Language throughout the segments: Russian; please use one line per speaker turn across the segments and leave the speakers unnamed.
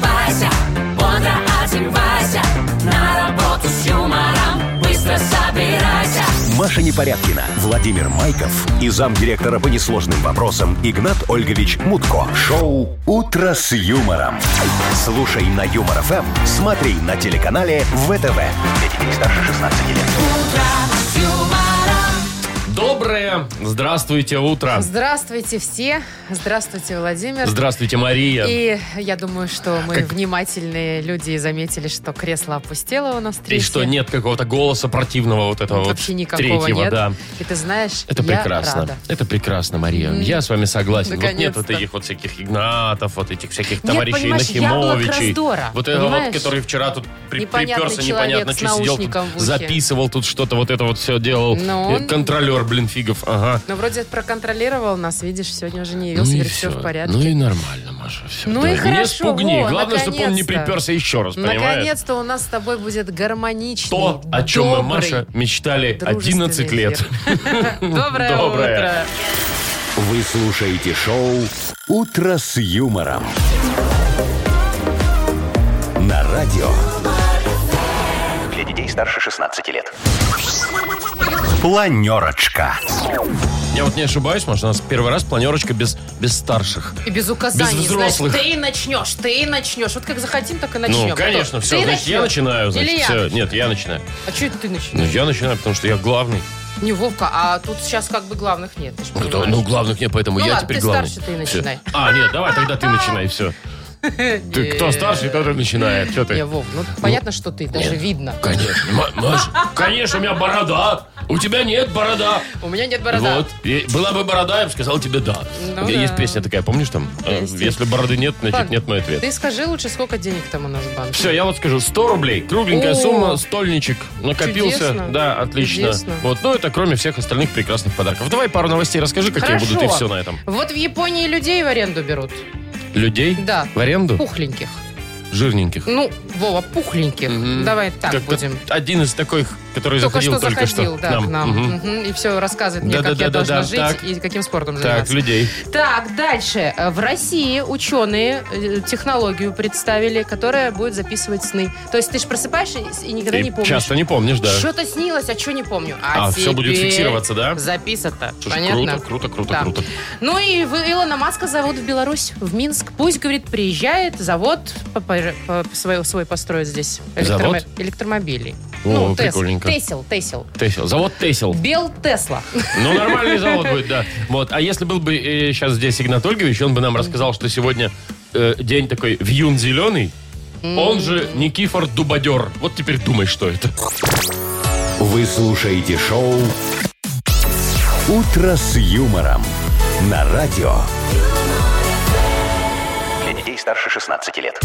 Вася, бодро одевайся, на работу с юмором, быстро собирайся.
Маша Непорядкина, Владимир Майков и замдиректора по несложным вопросам Игнат Ольгович Мутко. Шоу «Утро с юмором». Слушай на Юмор ФМ, смотри на телеканале ВТВ. Для детей старше 16 лет.
С юмором,
Доброе. Здравствуйте, утро.
Здравствуйте все. Здравствуйте, Владимир.
Здравствуйте, Мария.
И я думаю, что мы внимательные люди заметили, что кресло опустело у нас
И,
третье.
что нет какого-то голоса противного вот этого вот
Вообще никакого
третьего,
нет.
да.
И ты знаешь,
Это
я
прекрасно.
рада.
Это прекрасно, Мария. Я с вами согласен. Вот нет
Наконец-то.
вот этих вот всяких Игнатов, вот этих всяких
Нет,
товарищей
понимаешь, яблок
Нахимовичей.
раздора,
Вот этого вот,
понимаешь?
который вчера тут при-
Непонятный
приперся,
человек
непонятно,
с
что сидел, тут
наушником в ухе.
записывал тут что-то, вот это вот все делал.
Но он-
Контролер, блин, фигов. Ага.
Но Ну, вроде проконтролировал нас, видишь, сегодня уже не
Ну
явился,
и
говорит, все
всё.
в порядке.
Ну и нормально, Маша. всё.
Ну
Да.
и
Не
хорошо,
спугни.
во,
Главное, чтобы он не
наконец-то.
приперся еще раз, понимаешь?
Наконец-то у нас с тобой будет гармоничный,
То, о чем мы,
Ну, добрый,
Маша, мечтали
дружественный
11 лет.
эфир. Доброе,
Доброе.
утро.
Вы слушаете шоу «Утро с юмором». На радио.
Для детей старше 16 лет.
Планерочка.
Я вот не ошибаюсь, Маша, у нас первый раз планерочка без, без старших.
И без указаний.
Без
знаешь,
взрослых.
ты начнешь, ты начнешь. Вот как захотим, так и начнем.
Ну, конечно,
Кто?
все.
Ты
Значит, я
начнешь?
начинаю. Значит,
Или я?
все. Нет, я начинаю.
А что это ты
Ну,
начинаешь?
я начинаю, потому что я главный.
Не Вовка, а тут сейчас как бы главных нет. ты ж
Ну, да,
понимаешь.
ну, главных нет, поэтому
Ну
я
ладно,
теперь
ты
главный.
старше, ты и
Всё.
начинай.
А, нет, давай, тогда ты начинай, все. Ты кто старше, тот и начинает. Что
Не,
ты?
Вов, ну понятно, что ты, даже
Нет.
видно.
Конечно, Ма- Маш, конечно, у меня борода. У тебя нет борода.
У меня нет борода.
Вот. И была бы борода, я бы сказал тебе да.
Ну
Есть
да.
песня такая, помнишь там? Э,
Есть,
Если бороды нет, значит
Ладно.
нет мой ответ.
Ты скажи лучше, сколько денег там у нас в банке.
Все, я вот скажу, 100 рублей. Кругленькая
О.
сумма, стольничек. Накопился.
Чудесно.
Да, отлично.
Чудесно.
Вот, ну это кроме всех остальных прекрасных подарков. Давай пару новостей расскажи, какие
Хорошо.
будут, и все на этом.
Вот в Японии людей в аренду берут.
Людей?
Да.
В аренду?
Пухленьких.
Жирненьких.
Ну, Вова, пухленьких.
Мгм.
Давай так
Как-то
будем.
Один из таких, который
Только
заходил
что
только
заходил,
что.
да, к нам.
Мгм.
Мгм. И все рассказывает мне,
Да,
как
да,
я
да, да,
должна
да,
жить
так.
и каким спортом
Так,
заниматься.
людей.
Так, дальше. Э, В России ученые э, технологию представили, которая будет записывать сны. То есть ты же просыпаешься и- и никогда
И
не помнишь.
Часто не помнишь, да.
Что-то снилось, а что не помню.
А, все будет
теперь
фиксироваться, да?
Записано.
Слушай, круто,
Понятно?
круто, круто,
Да.
круто.
Ну и в- Илона Маска зовут в Беларусь, в Минск. Пусть, говорит, приезжает, завод по- по- по- свой, свой построит здесь.
Завод?
Электромобилей.
О,
Тес-
прикольненько.
Тесел, Тесел.
Тесел. Завод Тесел.
Бел Тесла.
Ну, нормальный завод будет, да. Вот. А если был бы сейчас здесь Игнат Ольгович, он бы нам рассказал, что сегодня э, день такой вьюн зеленый. Он же Никифор Дубадер. Вот теперь думай, что это.
Вы слушаете шоу «Утро с юмором» на радио.
Для детей старше 16 лет.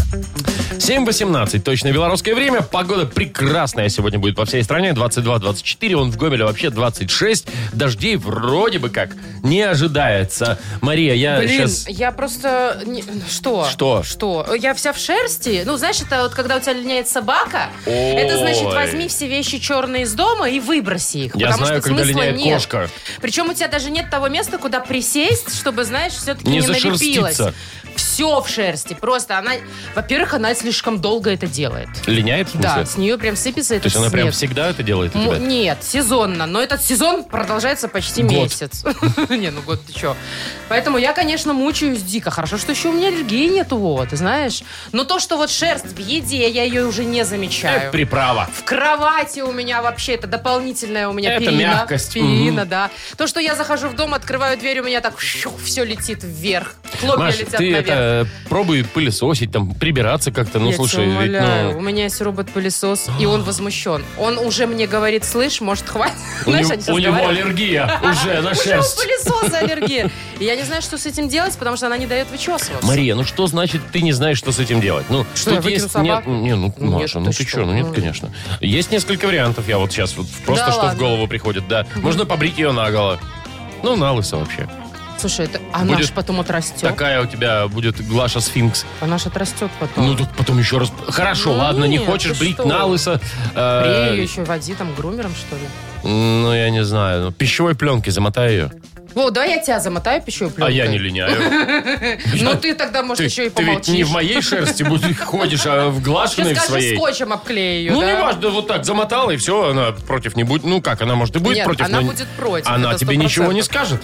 7.18, точно белорусское время. Погода прекрасная сегодня будет по всей стране. 22-24, он в Гомеле а вообще 26. Дождей вроде бы как не ожидается. Мария, я
Блин,
сейчас...
я просто... не- Что?
А, Что?
Что? Я вся в шерсти. Ну, знаешь, это вот когда у тебя линяет собака, это значит
Ой.
возьми все вещи черные из дома и выброси их.
Я
потому
знаю,
что
когда
смысла
линяет
нет.
кошка.
Причем у тебя даже нет того места, куда присесть, чтобы, знаешь, все-таки
Не
не, налепилось.
зашерститься.
Все в шерсти. Просто она... Во-первых, она слишком долго это делает.
Линяет, в смысле?
Да, с нее прям сыпется
То есть она прям всегда это делает у тебя? Э,
нет, сезонно. Но этот сезон продолжается почти
Год.
месяц. Не, ну год ты чё. Поэтому я, конечно, мучаюсь дико. Хорошо, что еще у меня аллергии нет, вот, ты знаешь. Но то, что вот шерсть в еде, я ее уже не
Это
замечаю.
приправа.
В кровати у меня вообще это дополнительная у меня
Это
перина.
мягкость,
Перина,
мгм.
да. То, что я захожу в дом, открываю дверь, у меня так все летит вверх. Хлопья
Маш,
летят
ты
наверх.
это пробуй пылесосить, там прибираться как-то. Ну
Я тебя
слушай, ведь,
умоляю, у
ну,
меня есть робот-пылесос, и он возмущен. Он уже мне говорит, слышь, может, хватит?
у,
Знаешь,
него-
они сейчас
у него
говорят,
аллергия уже на
Уже у
шерсть.
пылесоса аллергия. И я не знаю, что с этим делать, потому что она не дает вычесываться.
Мария, ну что значит, ты не знаешь, что с этим делать? Ну,
Что, я
тут
выкину
есть...
собаку?
Нет, не, ну,
Нет,
Маша, ну
ты
ты
что?
что? Ну нет,
Ну.
конечно. Есть несколько вариантов, я вот сейчас вот просто
Да
что в
ладно.
голову приходит, да. Можно побрить ее наголо. Ну, на лысо вообще.
Слушай, это, она
Будет
ж потом отрастет.
Такая у тебя будет Глаша Сфинкс.
Она ж отрастет потом.
Ну, тут потом еще раз... Хорошо,
А. Ну,
ладно, не
нет,
хочешь
ты
брить
что?
на лысо. э,
Брей ее еще води там грумером, что ли?
Ну, я не знаю. ну, Пищевой пленкой замотай ее.
Во, давай я тебя замотаю пищу
А я не линяю.
Ну ты тогда, может, еще и
ты ведь
помолчишь.
не в моей шерсти будешь- ходишь, а в
Сейчас
глашенной в
скажешь,
своей.
скотчем обклею ее,
Ну,
да?
не важно, вот так замотала, и все, она против не будет. Ну, как, она, может, и будет
Нет,
против,
она
но не-
будет против,
Она
это
тебе ничего не
100%.
скажет.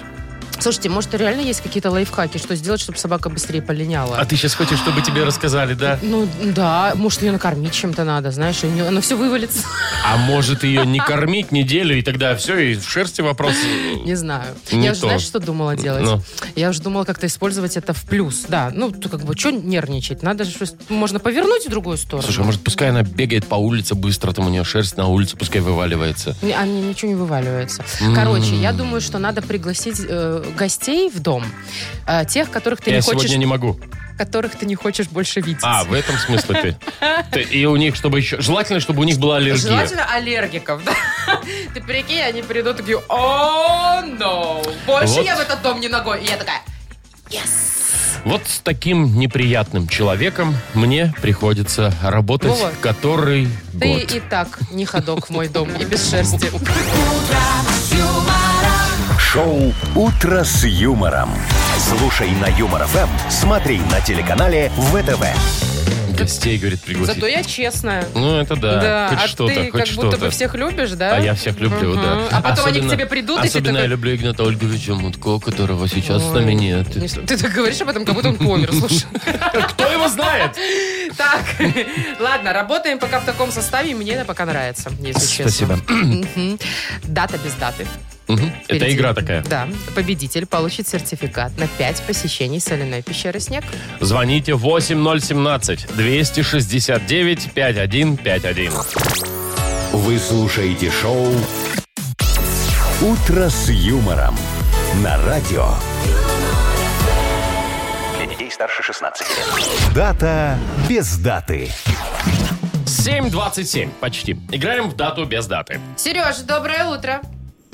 Слушайте, может, реально есть какие-то лайфхаки, что сделать, чтобы собака быстрее полиняла?
А ты сейчас хочешь, чтобы тебе рассказали, да?
Ну, да, может, ее накормить чем-то надо, знаешь, и у неё- оно все вывалится.
А может, ее не кормить неделю, и тогда все, и в шерсти вопрос.
Не знаю.
Не
я же,
то.
знаешь, что думала делать?
Ну.
Я уже думала как-то использовать это в плюс. Да, ну, то как бы, что нервничать? Надо же, что- можно повернуть в другую сторону.
Слушай, а может, пускай она бегает по улице быстро, там у нее шерсть на улице, пускай вываливается.
Не, А мне ничего не вываливается. Короче, я думаю, что надо пригласить э, гостей в дом. э, тех, которых ты,
Я
не хочешь,
сегодня не могу.
которых ты не хочешь больше видеть.
А, в этом смысле ты. ты. И у них, чтобы еще... Желательно, чтобы у них была аллергия.
Желательно аллергиков, да? Ты прикинь, они придут и такие, о, no, больше
Вот.
я в этот дом не ногой. И я такая,
Вот с таким неприятным человеком мне приходится работать
Вова,
который
ты
год.
и так не ходок в мой дом и без шерсти.
Шоу «Утро с юмором». Слушай на Юмор ФМ, смотри на телеканале ВТВ.
Гостей, говорит, пригласить.
Зато я честная.
Ну, это да. хоть
а
что-то,
ты
хоть
как
что-то.
будто бы всех любишь, да?
А я всех люблю,
Мгм.
да.
А потом они к
Особенно-
тебе придут, и ты
Особенно я
такой...
люблю Игната Ольговича Мутко, которого сейчас с
«Ой,
нами нет.
не сл- Ну, Ты так говоришь об этом, как будто он помер, слушай.
Кто его знает?
Так, ладно, работаем пока в таком составе, и мне это пока нравится, если честно.
Спасибо.
Мгм. Дата без даты.
Мгм. Это
а Впереди.
игра такая.
Да. Победитель получит сертификат на 5 посещений соляной пещеры «Снег».
Звоните 8017-269-5151.
Вы слушаете шоу «Утро с юмором» на радио.
Для детей старше 16 лет.
Дата без даты.
7.27, почти. Играем в дату без даты.
Сереж, доброе утро.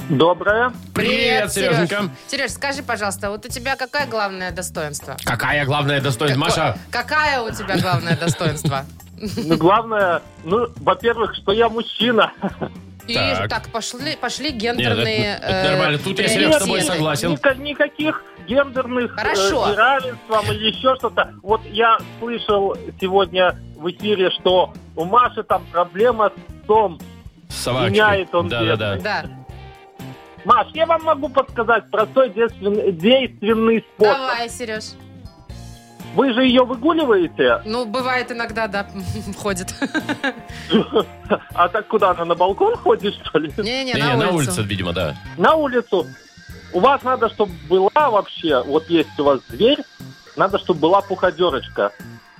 Доброе.
Привет, Сереженька.
Сереж. Сереж, скажи, пожалуйста, вот у тебя какое главное достоинство?
Какая главная достоинство? Э, Маша,
Ко- Какая у тебя главное достоинство?
Ну, главное, ну, во-первых, что я мужчина.
И
Так.
так, пошли, пошли гендерные...
Нет, это- это нормально. Тут я,
э,
Сереж, с тобой
приоритеты.
согласен.
Ника- никаких гендерных
Хорошо.
э, неравенств там или еще что-то. Вот я слышал сегодня в эфире, что у Маши там проблема с том.
собачка.
Меняет он
Да-да-да.
Да.
Маш, я вам могу подсказать простой действенный, действенный способ.
Давай, Сереж.
Вы же ее выгуливаете,
Ну, бывает иногда, да, ходит.
а так куда она, на балкон ходит, что ли?
Не-не,
Не, на
на
улице,
улицу.
видимо, да.
на улицу. У вас надо, чтобы была вообще, вот есть у вас дверь, надо, чтобы была пуходерочка.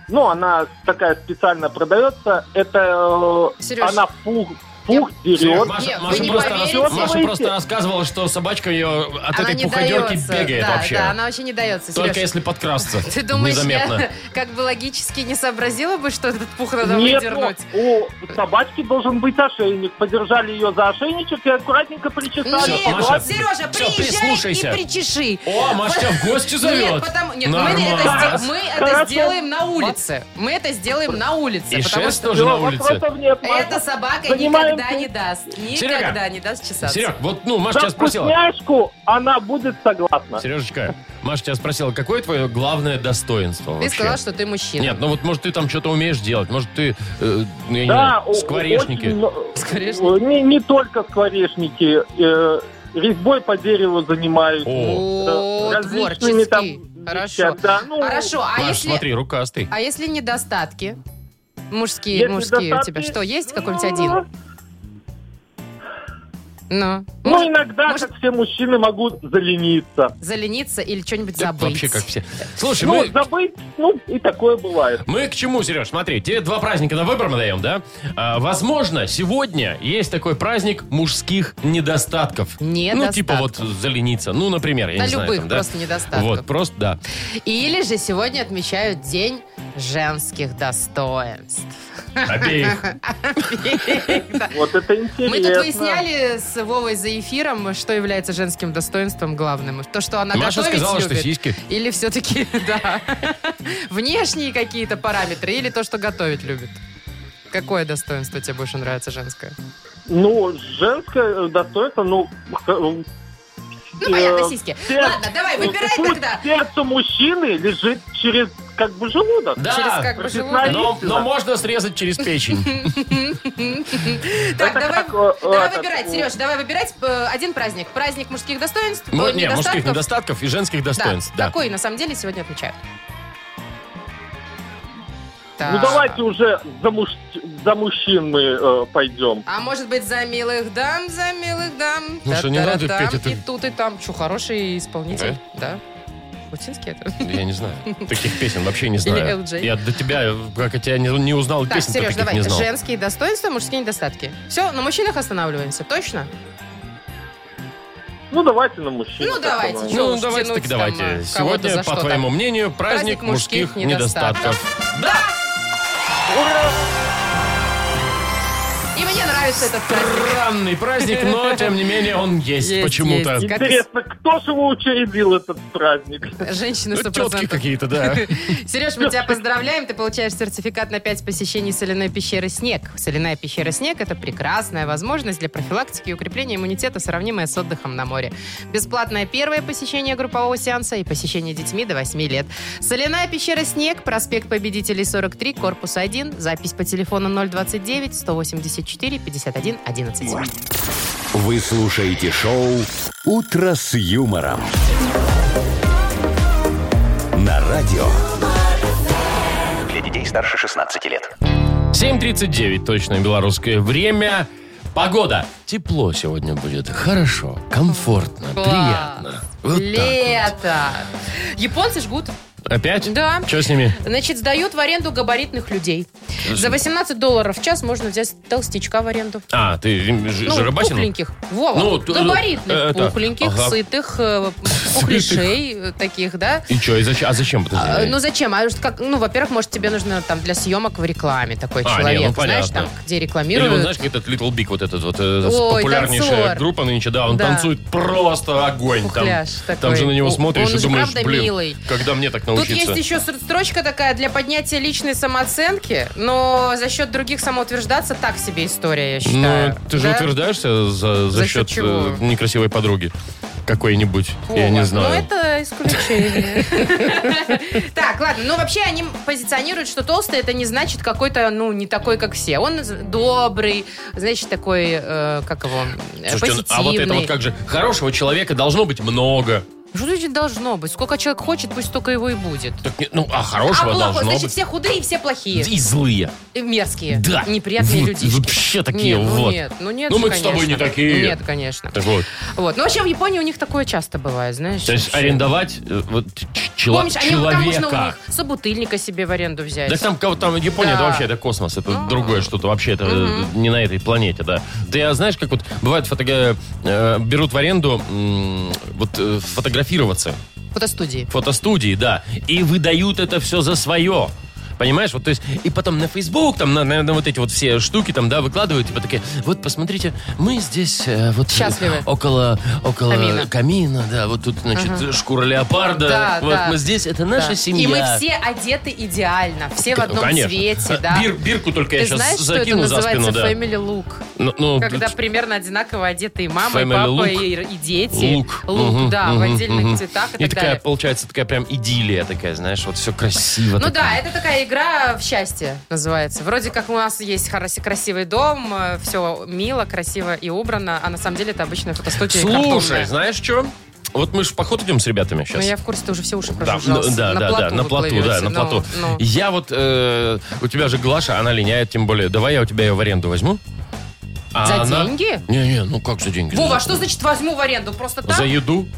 Ну, она такая специально продается. Это э,
Серёж.
она пух, пух
Серёж,
берет.
Маша,
Нет,
Маша
вы не
просто
поверите.
рас- Маша
Вы
просто
поверите.
рассказывала, что собачка ее от
Она
этой
не
пуходерки
дается.
бегает
да,
вообще.
Да, она вообще не дается,
Только
Сереж.
если подкрасться.
Ты думаешь,
незаметно.
я как бы логически не сообразила бы, что этот пух надо
Нет,
выдернуть?
ну, у собачки должен быть ошейник. Подержали ее за ошейничек и аккуратненько причесали.
Нет,
Маша,
Вот.
Сережа,
всё,
приезжай
прислушайся.
и причеши.
О, Маша тебя в гости зовет.
Ну, Нет, потому, нет мы,
Нормально.
это, сде- мы это
Хорошо.
сделаем на улице. Мы это сделаем на улице.
И
потому
шерсть
что
тоже на
Всё,
улице.
вопросов нет, Маша.
эта А собака
Занимаемся.
никогда не даст. Никогда не даст чесаться.
Серег, вот, ну, Маша
За
тебя спросила.
вкусняшку она будет согласна.
Сережечка, Маша тебя спросила, какое твое главное достоинство
ты
вообще?
сказал, что ты мужчина.
Нет, ну вот, может, ты там что-то умеешь делать, может, ты, э, ну, я не
Да,
знаю,
о-
скворечники.
очень мно-
Скворечники?
Не, не только скворечники. э, резьбой по дереву занимаюсь.
О,
О,
Э,
творческий.
различными там
Хорошо.
вещами, да. Ну,
Хорошо, а
Маша,
если,
смотри, рукастый.
а если недостатки? Мужские,
Если
мужские у тебя
достатки-
что, есть какой-нибудь
Ну,
один? Ну,
Ну,
может,
иногда,
может,
как все мужчины, могу залениться.
залениться или что-нибудь
Да
забыть.
Вообще как все. Слушай,
Ну,
мы...
забыть, ну, и такое бывает.
Мы к чему, Сереж? Смотри, тебе два праздника на выбор мы даем, да? А, возможно, сегодня есть такой праздник мужских недостатков. Ну,
Недостатков.
типа вот залениться. Ну, например, я
На
не знаю.
любых
там, да?
просто недостатков.
Вот, просто, да.
Или же сегодня отмечают День женских достоинств.
Обеих.
Вот это интересно.
Мы тут выясняли с Вовой за эфиром, что является женским достоинством главным. То, что она
Маша
А готовить
сказала, что
любит.
сиськи.
Или все-таки, да, внешние какие-то параметры, или то, что готовить любит. Какое достоинство тебе больше нравится женское?
Ну, женское э, достоинство, ну, х- э,
Ну, понятно,
э,
сиськи.
сердце-
Ладно, давай, выбирай
путь
тогда.
сердце мужчины лежит через как бы желудок.
Да.
Через как бы
Признаю.
живот.
Но, но можно срезать через печень.
Так,
Это
давай,
как, э,
давай
этот,
выбирать,
э,
Сереж, давай выбирать э, один праздник. Праздник мужских достоинств, э,
Ну, Не, мужских
недостатков.
недостатков и женских
Да,
достоинств. Да.
Какой на самом деле сегодня отмечают?
Ну
Так.
давайте уже за, муж... за мужчин мы э, пойдем.
А может быть, за милых дам, за милых дам.
Ну что, не надо
Та-та-та-там,
петь это? Э?
И тут, и там. Че, хороший исполнитель? Да. Путинский это?
Я не знаю. Таких песен вообще не
Или
знаю.
LJ.
Я до тебя, как я тебя не, не узнал,
Так,
песен
Сереж,
таких
давай.
не знал.
Женские достоинства, мужские недостатки. Все, на мужчинах останавливаемся, точно?
Ну давайте на мужчин.
Ну, давайте,
думаю.
чё
Ну,
уж
давайте так
тянуть там,
давайте.
а, кого-то
Сегодня,
за
по
что-то.
твоему мнению, праздник,
Праздник мужских
мужских недостатков.
И мне нравится этот праздник.
Странный праздник, но, тем не менее, он есть,
Есть,
почему-то.
есть. Как
Интересно, кто же его учредил этот праздник?
Женщины
Ну,
100%.
Тетки какие-то, да.
Сереж, мы тебя поздравляем. Ты получаешь сертификат на 5 посещений соляной пещеры «Снег». Соляная пещера «Снег» — это прекрасная возможность для профилактики и укрепления иммунитета, сравнимая с отдыхом на море. Бесплатное первое посещение группового сеанса и посещение детьми до 8 лет. Соляная пещера «Снег», проспект Победителей 43, корпус 1, запись по телефону 029-184-51-11.
Вы слушаете шоу «Утро с юмором». На радио.
Для детей старше 16 лет.
7.39, точное белорусское время. Погода. Тепло сегодня будет. Хорошо, комфортно, приятно. Вот так
Лето! Японцы жгут
вот. Опять?
Да.
Что с ними?
Значит, сдают в аренду габаритных людей. За 18 долларов в час можно взять толстячка в аренду. Ну,
А, ты им ж- жиробасину?
пухленьких. Вова,
Ну, т-
габаритных,
э, это,
пухленьких,
ага.
сытых, э, пухлишей э, таких, да?
И что, и зачем? А зачем? Подожди,
А,
Мария.
Ну зачем? А что как, ну, во-первых, может, тебе нужно там для съемок в рекламе такой
А,
человек,
не, ну,
знаешь,
понятно.
там, где
Или вот,
рекламируют.
знаешь, как этот Little Big, вот этот вот э,
Ой,
популярнейшая
танцор.
группа нынче, да, он
Да.
танцует просто огонь. Там,
Пухляш
там
такой.
же на него
О,
смотришь
он
и
же
думаешь,
правда
блин,
милый».
когда мне так
Тут
научиться?
есть еще ср- строчка такая для поднятия личной самооценки, но за счет других самоутверждаться так себе история, я считаю.
Ну, ты же
Да?
утверждаешься за, за
За
счет
счет чего?
э, некрасивой подруги какой-нибудь, я не
Вова,
знаю.
Ну, это исключение. Так, ладно. Ну, вообще, они позиционируют, что толстый это не значит какой-то, ну, не такой, как все. Он з- добрый, значит, такой, э, как его, э,
Слушайте, а вот это вот
позитивный.
как же, хорошего человека должно быть много.
Ну, Что значит должно быть? Сколько человек хочет, пусть только его и будет.
Так не- ну, а
А
хорошего
плохо,
должно
значит,
быть.
все худые и все плохие.
И злые.
И мерзкие.
Да.
Неприятные
Вот,
людишки.
вообще такие,
Нет,
вот.
Ну, нет, ну нет
Ну,
же,
мы с тобой не
конечно.
такие.
Нет, конечно.
Вот.
Вот. Ну, вообще, в Японии у них такое часто бывает, знаешь.
То есть
вообще.
арендовать э, вот, ч- чело-
Помнишь, они вот там можно у
человека.
них собутыльника себе в аренду взять.
Да там, кого- там Япония, это
Да.
вообще это космос, это другое что-то, вообще это э, не на этой планете, да. Ты а, знаешь, как вот бывает, фотога- э, берут в аренду м, вот э, фотографироваться,
Фотостудии.
фотостудии, да, и выдают это все за свое. Понимаешь, вот то есть, и потом на Facebook, там, на, на- на вот эти вот все штуки, там, да, выкладывают, типа такие, вот посмотрите, мы здесь э, вот
Счастливы.
около, около камина.
Камина.
да, вот тут, значит, шкура леопарда,
Да,
вот
да.
мы здесь, это наша
Да.
семья.
И мы все одеты идеально, все в одном
Конечно.
цвете, да.
Бир- бирку только я
Ты
сейчас
знаешь, что это
закину за
называется
спину, да.
family look?
Ну, ну,
Когда
т-
примерно одинаково одеты и мама,
Family
и папа,
look.
и, и дети.
лук.
Лук,
Мгм,
да,
мгм,
в отдельных
мгм.
цветах и,
И
так
такая,
далее.
получается, такая прям идиллия такая, знаешь, вот все красиво.
Ну
так.
да, это такая игра в счастье называется. Вроде как у нас есть хороший, красивый дом, все мило, красиво и убрано, а на самом деле это обычная фотостудия
Слушай,
картонная.
знаешь что? Вот мы же в поход идем с ребятами сейчас.
Ну я в курсе, ты уже все уши
Да,
прожужжал.
ну, да, да, да, на плоту, да, на плоту.
ну,
Я вот, э, у тебя же Глаша, она линяет, тем более, давай я у тебя ее в аренду возьму. А
За
она-
деньги?
Не-не, ну как за деньги?
Вова,
За-
а что значит возьму в аренду? Просто так?
За еду.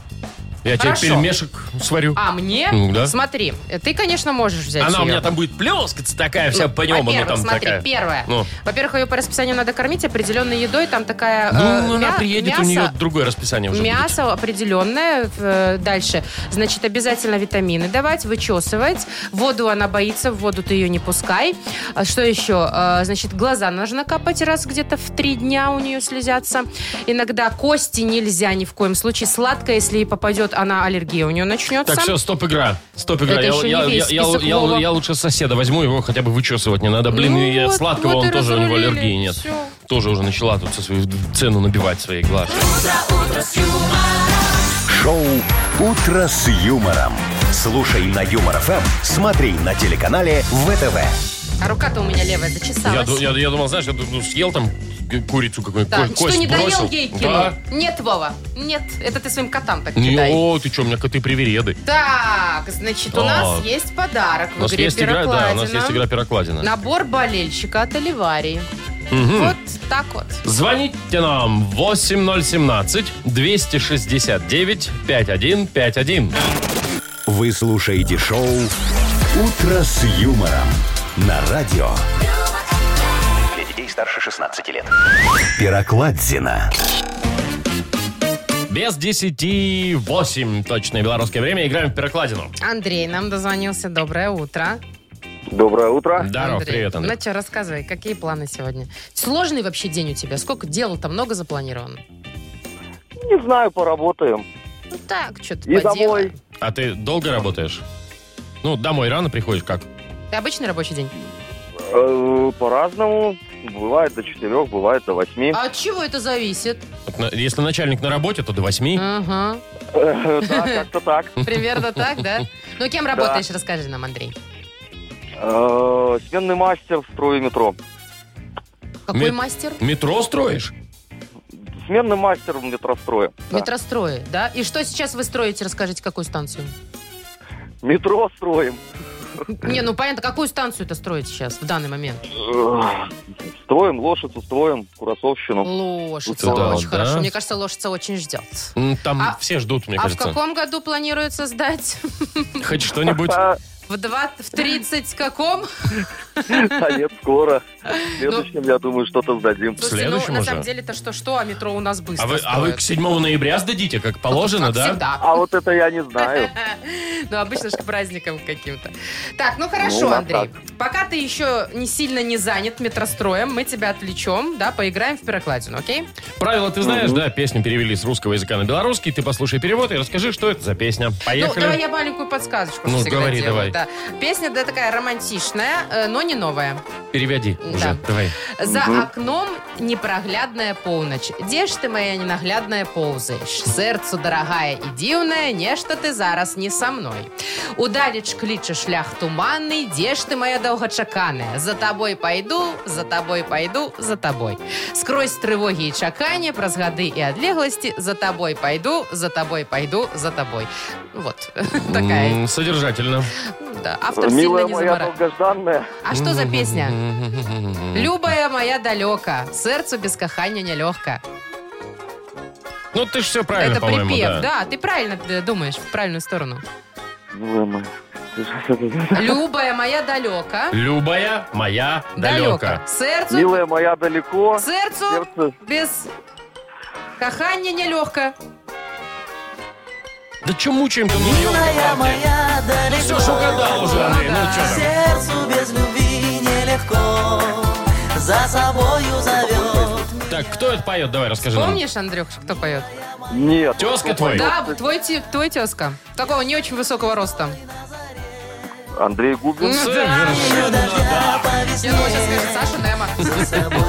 Я тебе
Хорошо.
пельмешек сварю.
А мне?
Ну, да.
Смотри, ты, конечно, можешь взять
Она у
её.
меня там будет плескаться такая вся
Ну,
по нему, она
во-первых,
там
смотри,
такая.
первое.
Ну.
Во-первых, ее по расписанию надо кормить определенной едой. Там такая э,
Ну, она
мя-
приедет,
мясо,
у нее другое расписание уже будет.
мясо определенное. э, Дальше. Значит, обязательно витамины давать, вычесывать. Воду она боится, в воду ты ее не пускай. А Что еще? Э, Значит, глаза нужно капать раз где-то в три дня у нее слезятся. Иногда кости нельзя ни в коем случае. Сладкое, если ей попадет, она аллергия у нее начнется.
Так, все, стоп игра. Стоп игра.
Это
Я,
еще не
я-
весь
я- я-
список,
я-
Вова.
я лучше соседа возьму, его хотя бы вычесывать не надо. Блин,
Ну
и от
вот,
сладкого
вот
он
и
тоже у него
разрулили.
аллергии нет.
Всё.
Тоже уже начала тут со свою цену набивать своей глаз.
Шоу «Утро с юмором». Слушай на Юмор ФМ, смотри на телеканале ВТВ.
А рука-то у меня левая
Я,
зачесалась.
ду- я- я думал, знаешь, я ду- ну, съел там ку- курицу какую-нибудь,
Да,
ко-
Что,
кость
не
бросил.
доел ей кинул?
Да.
Нет, Вова, нет. Это ты своим котам так
Не,
кидай.
о, ты что, у меня коты привереды.
Так, значит, у нас
Так.
есть подарок
У
в
нас
игре
есть игра, да, у нас
«Пирокладина».
есть игра пирокладина.
Набор болельщика от Оливарии.
Мгм.
Вот так вот.
Звоните нам 8017 269 5151.
Вы слушаете шоу «Утро с юмором» на радио
Для детей старше 16 лет.
Пирокладзина.
Без 10 8 точное белорусское время. Играем в пирокладину.
Андрей нам дозвонился. Доброе утро.
Доброе утро.
Здорово,
Андрей.
привет, Андрей.
Ну что, рассказывай, какие планы сегодня? Сложный вообще день у тебя? Сколько дел-то? Много запланировано?
Не знаю, поработаем.
Ну так, что-то
И домой.
А ты долго работаешь? Ну, домой рано приходишь, как?
Ты обычный рабочий день?
Э, По-разному. Бывает до четырех, бывает до восьми.
А от чего это зависит?
Вот на- Если начальник на работе, то до 8.
Ага,
Э, Да, как-то так.
примерно так, да? Ну, кем работаешь, расскажи нам, Андрей.
Э, Сменный мастер в строе метро.
Какой
Мет-
мастер?
Метро строишь?
Сменный мастер в метростроя. Да.
Метрострои, да? И что сейчас вы строите, расскажите, какую станцию?
Метро строим.
Не, ну понятно, какую станцию-то строите сейчас, в данный момент?
Э, Строим лошадь, строим курасовщину.
Лошадь,
Да,
очень
да.
хорошо. Мне кажется, лошадь очень ждет.
М, Там
А-
все ждут, мне
а
кажется.
в каком году планируется сдать?
Хоть что-нибудь.
А,
В два, в тридцать каком?
а нет, скоро. В следующем, я думаю, что-то сдадим.
Слушайте,
следующем
ну, на
уже?
самом деле-то что-что, а метро у нас быстро
А вы, а вы
строят.
к 7 ноября сдадите, как положено,
Как
да?
всегда.
А вот это я не знаю.
Ну, обычно же к праздникам каким-то. Так, ну хорошо,
Ну, да,
Андрей. Пока ты еще не сильно не занят метростроем, мы тебя отвлечем, да, поиграем в пирокладину, окей? Ну,
Правила ты знаешь, да? Песню перевели с русского языка на белорусский. Ты послушай перевод и расскажи, что это за песня.
Ну, давай
Поехали.
я маленькую подсказочку
Ну,
всегда
говори,
делаю,
давай.
да. Песня, да, такая романтичная, э, но не новая.
Переводи
Да.
уже. Давай.
За окном непроглядная полночь. Где ж ты, моя ненаглядная, ползаешь? Сердцу дорогая и дивная, нечто ты зараз не со мной. Удаліч кліче шлях туманный, где ж ты, моя довгочаканая? За тобой пойду, за тобой пойду, за тобой. Скрозь тревоги и чакання, праз гады и отлеглости, за тобой пойду, за тобой пойду, за тобой. Вот, такая. Ну
М, Содержательно.
Да, Автор сильно
Милая
не
моя
заморачивается.
долгожданная.
А что за песня? Любая моя далека, сердцу без кахання нелегко.
Ну, ты же все правильно,
Это
по-моему, да.
припев, да. Ты правильно э, думаешь, в правильную сторону.
Милая моя.
Любая моя далека,
Любая моя далека.
далека, сердцу,
Милая моя далеко.
сердцу
Сердце.
без кахання нелегко.
Да че мучаем-то? Ну, ёлки-палки.
моя далеко.
Все ж угадал уже, Андрей. Ну,
да.
что там?
Сердцу без любви нелегко. За собою зовет.
Так, кто это поет? Давай, расскажи нам.
Помнишь, Андрюх, кто поет?
Нет.
Тезка твой?
Да, твой, те- твой тезка. Такого не очень высокого роста.
Андрей Губин.
Ну, да.
Совершенно да.
Я думаю, сейчас скажет Саша Немо.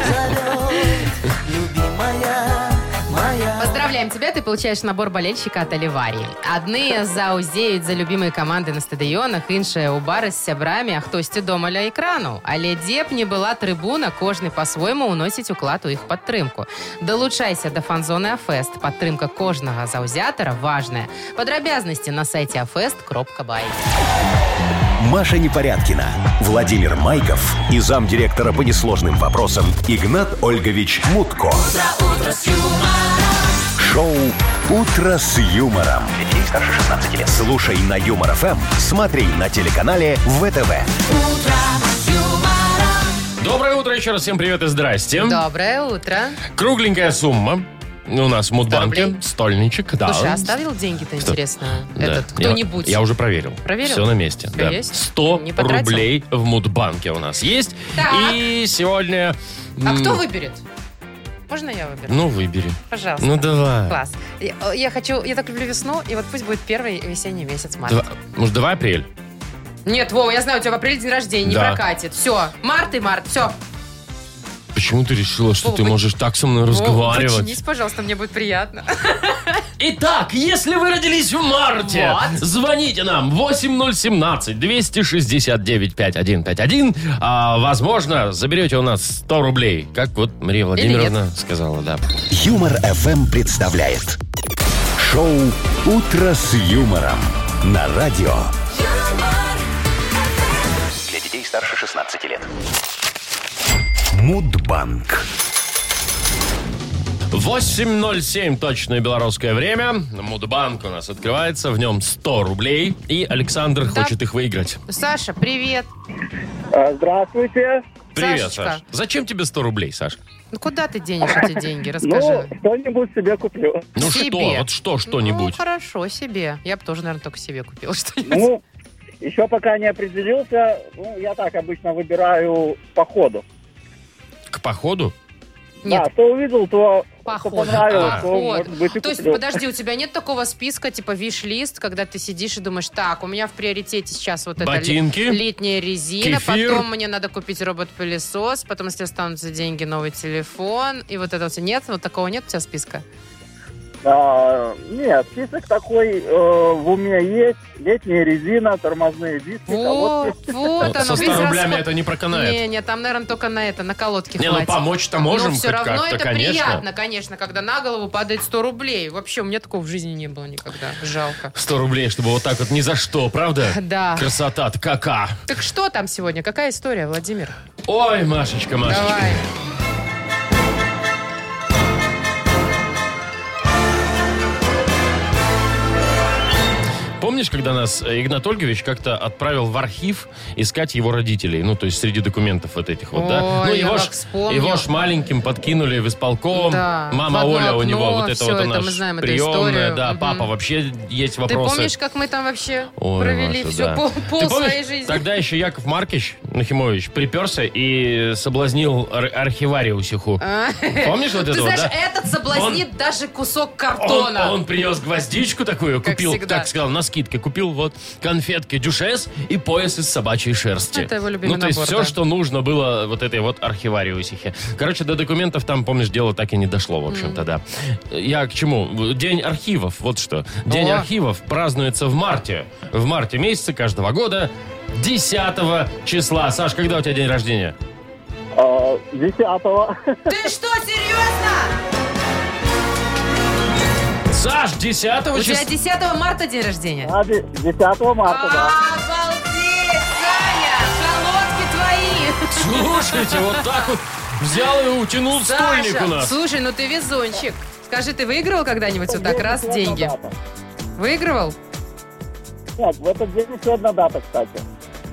Любимая моя.
Поздравляем тебя, ты получаешь набор болельщика от Оливарии. Адны заузеють за любимые команды на стадіонах, іншыя у бары з сябрамі, а хтосьці дома ля экрану. Але дзе б не была трибуна, кожны по-свойму уносіць уклад у іх падтрымку. Далучайся до фан-зоны Афест. Падтрымка кожнага заўзятара важная. Падрабязнасці на сайце afest.by.
Маша Непорядкина, Владимир Майков и замдиректора по несложным вопросам Игнат Ольгович Мутко. Шоу «Утро с юмором».
Для детей старше 16 лет.
Слушай на Юмор ФМ, смотри на телеканале ВТВ.
Доброе утро еще раз. Всем привет и здрасте.
Доброе утро.
Кругленькая сумма. У нас в Мудбанке.
рублей.
Стольничек, да.
Слушай, оставил деньги-то, интересно?
А? Да.
Этот
Я-
кто-нибудь?
Я, уже проверил.
Проверил?
Все на месте.
Всё
Да.
есть?
100
Не потратил?
рублей в Мудбанке у нас есть.
Так.
И сегодня...
А
м,
кто выберет? Можно я выберу?
Ну, выбери.
Пожалуйста.
Ну, давай.
Класс. Я, э, я хочу, я так люблю весну, и вот пусть будет первый весенний месяц март.
Два- может, давай апрель?
Нет, Вова, я знаю, у тебя в апреле день рождения, не
Да.
прокатит. Все, март и март, все.
Почему ты решила, что
Вова,
ты
поч-
можешь так со мной
О,
разговаривать?
подчинись, пожалуйста, мне будет приятно.
Итак, если вы родились в марте,
Вот.
звоните нам 8017-269-5151. А, возможно, заберете у нас 100 рублей, как вот Мария Владимировна сказала, да.
Юмор FM представляет шоу Утро с юмором на радио.
Для детей старше 16 лет.
Мудбанк.
8.07 точное белорусское время. Мудбанк у нас открывается, в нем 100 рублей, и Александр
Да.
хочет их выиграть.
Саша, привет.
А, Здравствуйте.
Привет,
Сашечка.
Саш. Зачем тебе 100 рублей, Саш?
Ну куда ты денешь эти деньги? Расскажи.
Ну, что-нибудь себе куплю.
Ну
Себе.
что, вот что,
Ну,
что-нибудь.
хорошо, себе. Я бы тоже, наверное, только себе купила что-нибудь.
Ну, еще пока не определился. Ну, я так обычно выбираю по ходу.
К походу?
Нет, А.
Да, что увидел, то, что
Поход.
понравилось, то,
Поход.
может быть, и
То есть,
куплю.
подожди, у тебя нет такого списка, типа виш-лист, когда ты сидишь и думаешь, так, у меня в приоритете сейчас вот это ли-
Ботинки?
летняя резина,
Кефир?
потом мне надо купить робот-пылесос, потом, если останутся деньги, новый телефон, и вот это все. Нет, вот такого нет у тебя списка?
А, нет, список такой э, в уме есть. Летняя резина, тормозные диски.
Вот,
колодки.
вот
а Вот
оно.
со 100
весь
рублями
расход.
это не проканает.
Не, не, там, наверное, только на это, на колодке
Не, ну
хватит.
помочь-то можем
Но все
хоть
равно
как-то,
это
конечно.
приятно, конечно, когда на голову падает 100 рублей. Вообще, у меня такого в жизни не было никогда. Жалко.
100 рублей, чтобы вот так вот ни за что, правда?
Да.
Красота-то кака.
Так что там сегодня? Какая история, Владимир?
Ой, Машечка, Машечка.
Давай.
Помнишь, когда нас э, Игнат Ольгович как-то отправил в архив искать его родителей? Ну, то есть среди документов вот этих вот, да?
Ой,
Ну,
я
его,
как
ж,
вспомню.
его ж маленьким подкинули в исполком.
Да, в
Мама
одно
Оля у
окно,
него, вот это
всё
вот
это
она
мы
ж
знаем, эту
приемная.
историю.
Да,
Мгм.
папа, вообще есть
Ты
вопросы.
помнишь, как мы там вообще
Ой,
провели
Маша,
всю
да.
пол, пол
Ты помнишь,
своей жизни?
Тогда еще Яков Маркич Нахимович приперся и соблазнил ар- архивариусиху.
А?
Помнишь вот
Ты
это вот,
знаешь,
да?
этот соблазнит даже кусок
Он,
картона.
он принес гвоздичку такую,
Как
купил,
всегда.
так сказал, на скидке, купил вот конфетки дюшес и пояс из собачьей шерсти.
Это его любимый
Ну, то есть
набор,
все,
да.
что нужно было вот этой вот архивариусихе. Короче, до документов там, помнишь, дело так и не дошло, в общем-то, да. Я к чему? День архивов, вот что. День
О.
архивов празднуется в марте. В марте месяце каждого года 10 числа. Саш, когда у тебя день рождения?
А, Десятого.
Ты что, серьезно?
Саш, 10
У тебя
числа.
10 марта день рождения?
А, де- Десятого марта, да.
Обалдеть, Саня! Колодки твои!
Слушайте, вот так вот взял и утянул стольник у
Саша,
нас.
слушай, ну ты везунчик. Скажи, ты выигрывал когда-нибудь вот так раз деньги? Выигрывал?
Нет, в этот день еще одна дата, кстати.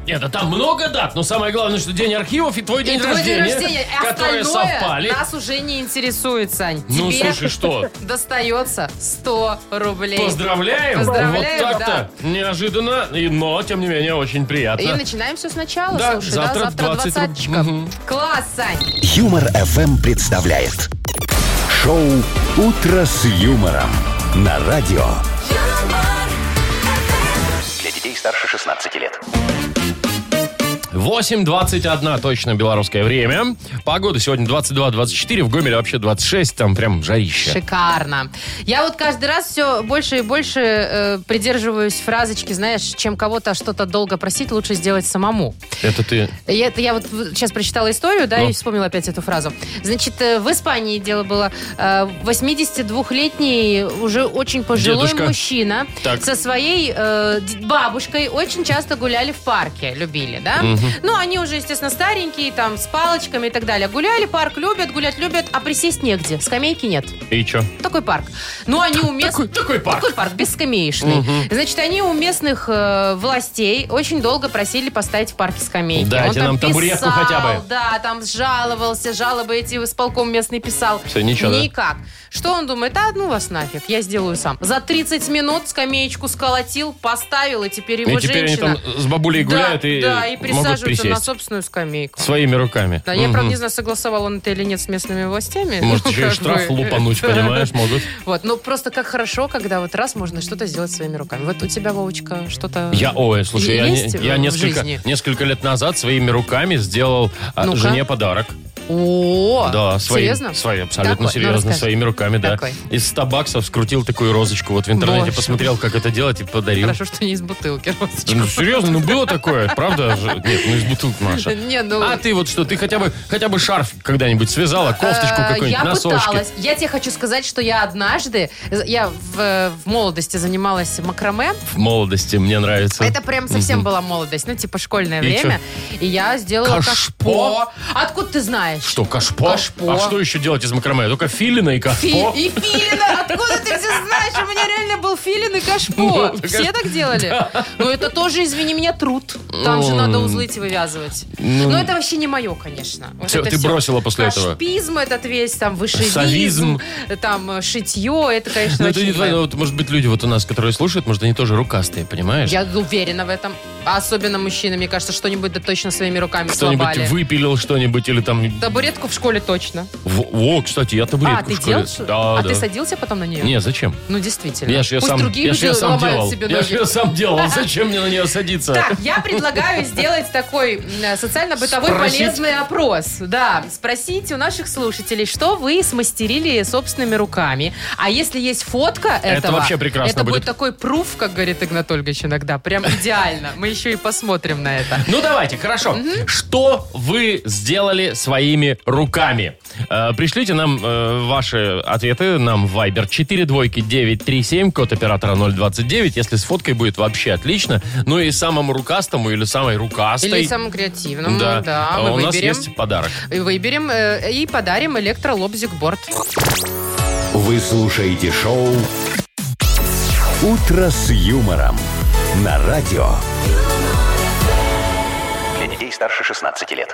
Нет, а там много дат, но самое главное, что день архивов и твой день
И твой
рождения,
день рождения, а
которые
остальное
совпали.
нас уже не интересует, Сань.
Ну,
Тебе
слушай, что?
достается 100 рублей.
Поздравляем!
Поздравляем,
вот так-то неожиданно, и, но, тем не менее, очень приятно.
И начинаем все сначала,
Да,
слушай,
завтра
да, завтра
20
двадцаточка.
Мгм.
Класс, Сань.
Юмор FM представляет шоу Утро с юмором на радио.
Для детей старше 16 лет.
8.21 точно белорусское время. Погода сегодня 22-24, в Гомеле вообще 26, там прям жарище.
Шикарно. Я вот каждый раз все больше и больше э, придерживаюсь фразочки, знаешь, чем кого-то что-то долго просить, лучше сделать самому.
Это ты...
Я, это я вот в- сейчас прочитала историю, да,
Ну.
и вспомнила опять эту фразу. Значит, э, в Испании дело было. э, 82-летний, уже очень пожилой
Дедушка.
мужчина
Так.
со своей э, д- бабушкой очень часто гуляли в парке, любили, да? Ну, они уже, естественно, старенькие, там, с палочками и так далее. Гуляли, парк любят, гулять любят, а присесть негде, скамейки нет.
И чё?
Такой парк. Ну, они у мест-
Такой, такой парк.
такой парк, бескамеечный. Значит, они у местных э, властей очень долго просили поставить в парке скамейки.
Дайте
там
нам табуретку
писал,
хотя бы.
Да, там жаловался, жалобы эти в исполком местный писал.
Всё, ничего, да?
Никак. Что он думает? А, ну вас нафиг, я сделаю сам. За 30 минут скамеечку сколотил, поставил, и теперь его
и теперь
женщина...
они там с бабулей гуляют
да,
и,
да, и
могут
присаживаются на
присесть
собственную скамейку.
своими руками.
Да, я, правда,
Мгм.
не знаю, согласовал он это или нет с местными властями.
Может,
Ну,
еще и
как
штраф
бы.
лупануть, понимаешь, могут.
Вот, ну просто как хорошо, когда вот раз можно что-то сделать своими руками. Вот у тебя, Вовочка, что-то...
Я, ой, слушай, я, не-
есть
я
в
несколько,
жизни?
несколько лет назад своими руками сделал а,
Ну-ка.
жене подарок.
О,
Да, свои,
серьезно?
свои, абсолютно
Какой? Ну,
серьезно,
расскажи.
своими руками, да.
Какой?
Из 100 баксов скрутил такую розочку, вот в интернете
Боже.
посмотрел, как это делать и подарил.
Хорошо, что не из бутылки, розочка.
Ну, серьезно, ну было такое, правда же? Нет, ну из бутылки, Маша.
Не, ну-
А ты вот что, ты хотя бы, хотя бы шарф когда-нибудь связала, кофточку
Э,
какую-нибудь,
Я
носочки?
пыталась. Я тебе хочу сказать, что я однажды, я в, э, в молодости занималась макраме.
В молодости мне нравится.
Это прям совсем была молодость, ну типа школьное
И
время. И я сделала
Кашпо?
кашпо. Откуда ты знаешь?
Что, кашпо?
Кашпо.
А что еще делать из макраме? Только филина и
Фи-
кашпо.
И филина! Откуда ты все знаешь? У меня реально был филин и кашпо.
Ну,
Все так делали? Ну, это тоже, извини меня, труд. Там же надо узлы эти вывязывать. Но это вообще не мое, конечно. Вот
Ну. Всё,
это
ты
всё.
бросила после этого?
Кашпизм этот весь, там, вышивизм,
Совизм.
там, э, шитье. Это, конечно,
Ну, это
вообще
не
не
твоё,
моё.
вот, может быть, люди вот у нас, которые слушают, может, они тоже рукастые, понимаешь?
Я уверена в этом. А Особенно мужчины, мне кажется, что-нибудь да точно своими руками
Кто-нибудь
сломали.
выпилил что-нибудь или там...
Табуретку в школе точно.
Во, кстати, я табуретку
а, ты
в школе-
делал?
Да,
а
да.
ты садился потом на нее?
Не, зачем?
Ну, действительно.
Я ж ее
Пусть
сам,
другие
я ж
люди
её сам
ломают
делал.
себе
Я ж
ноги.
её сам делал. А Зачем мне на нее садиться?
Так, я предлагаю сделать такой м, э, социально-бытовой
Спросить?
полезный опрос. Да, спросите у наших слушателей, что вы смастерили собственными руками. А если есть фотка этого,
вообще прекрасно
это будет.
будет.
такой пруф, как говорит Игнат Ольгович иногда. Прям идеально. Мы еще и посмотрим на это.
Ну давайте, хорошо. Что вы сделали своими руками? Э, пришлите нам э, ваши ответы нам в Viber 4 двойки 937, код оператора 029. Если с фоткой будет вообще отлично. Ну и самому рукастому или самой рукастой.
Или самому креативному,
да, А
Ну да, мы
у нас
выберем.
есть подарок.
И Выберем э, и подарим электролобзикборд.
Вы слушаете шоу «Утро с юмором» на радио.
Для детей старше 16 лет.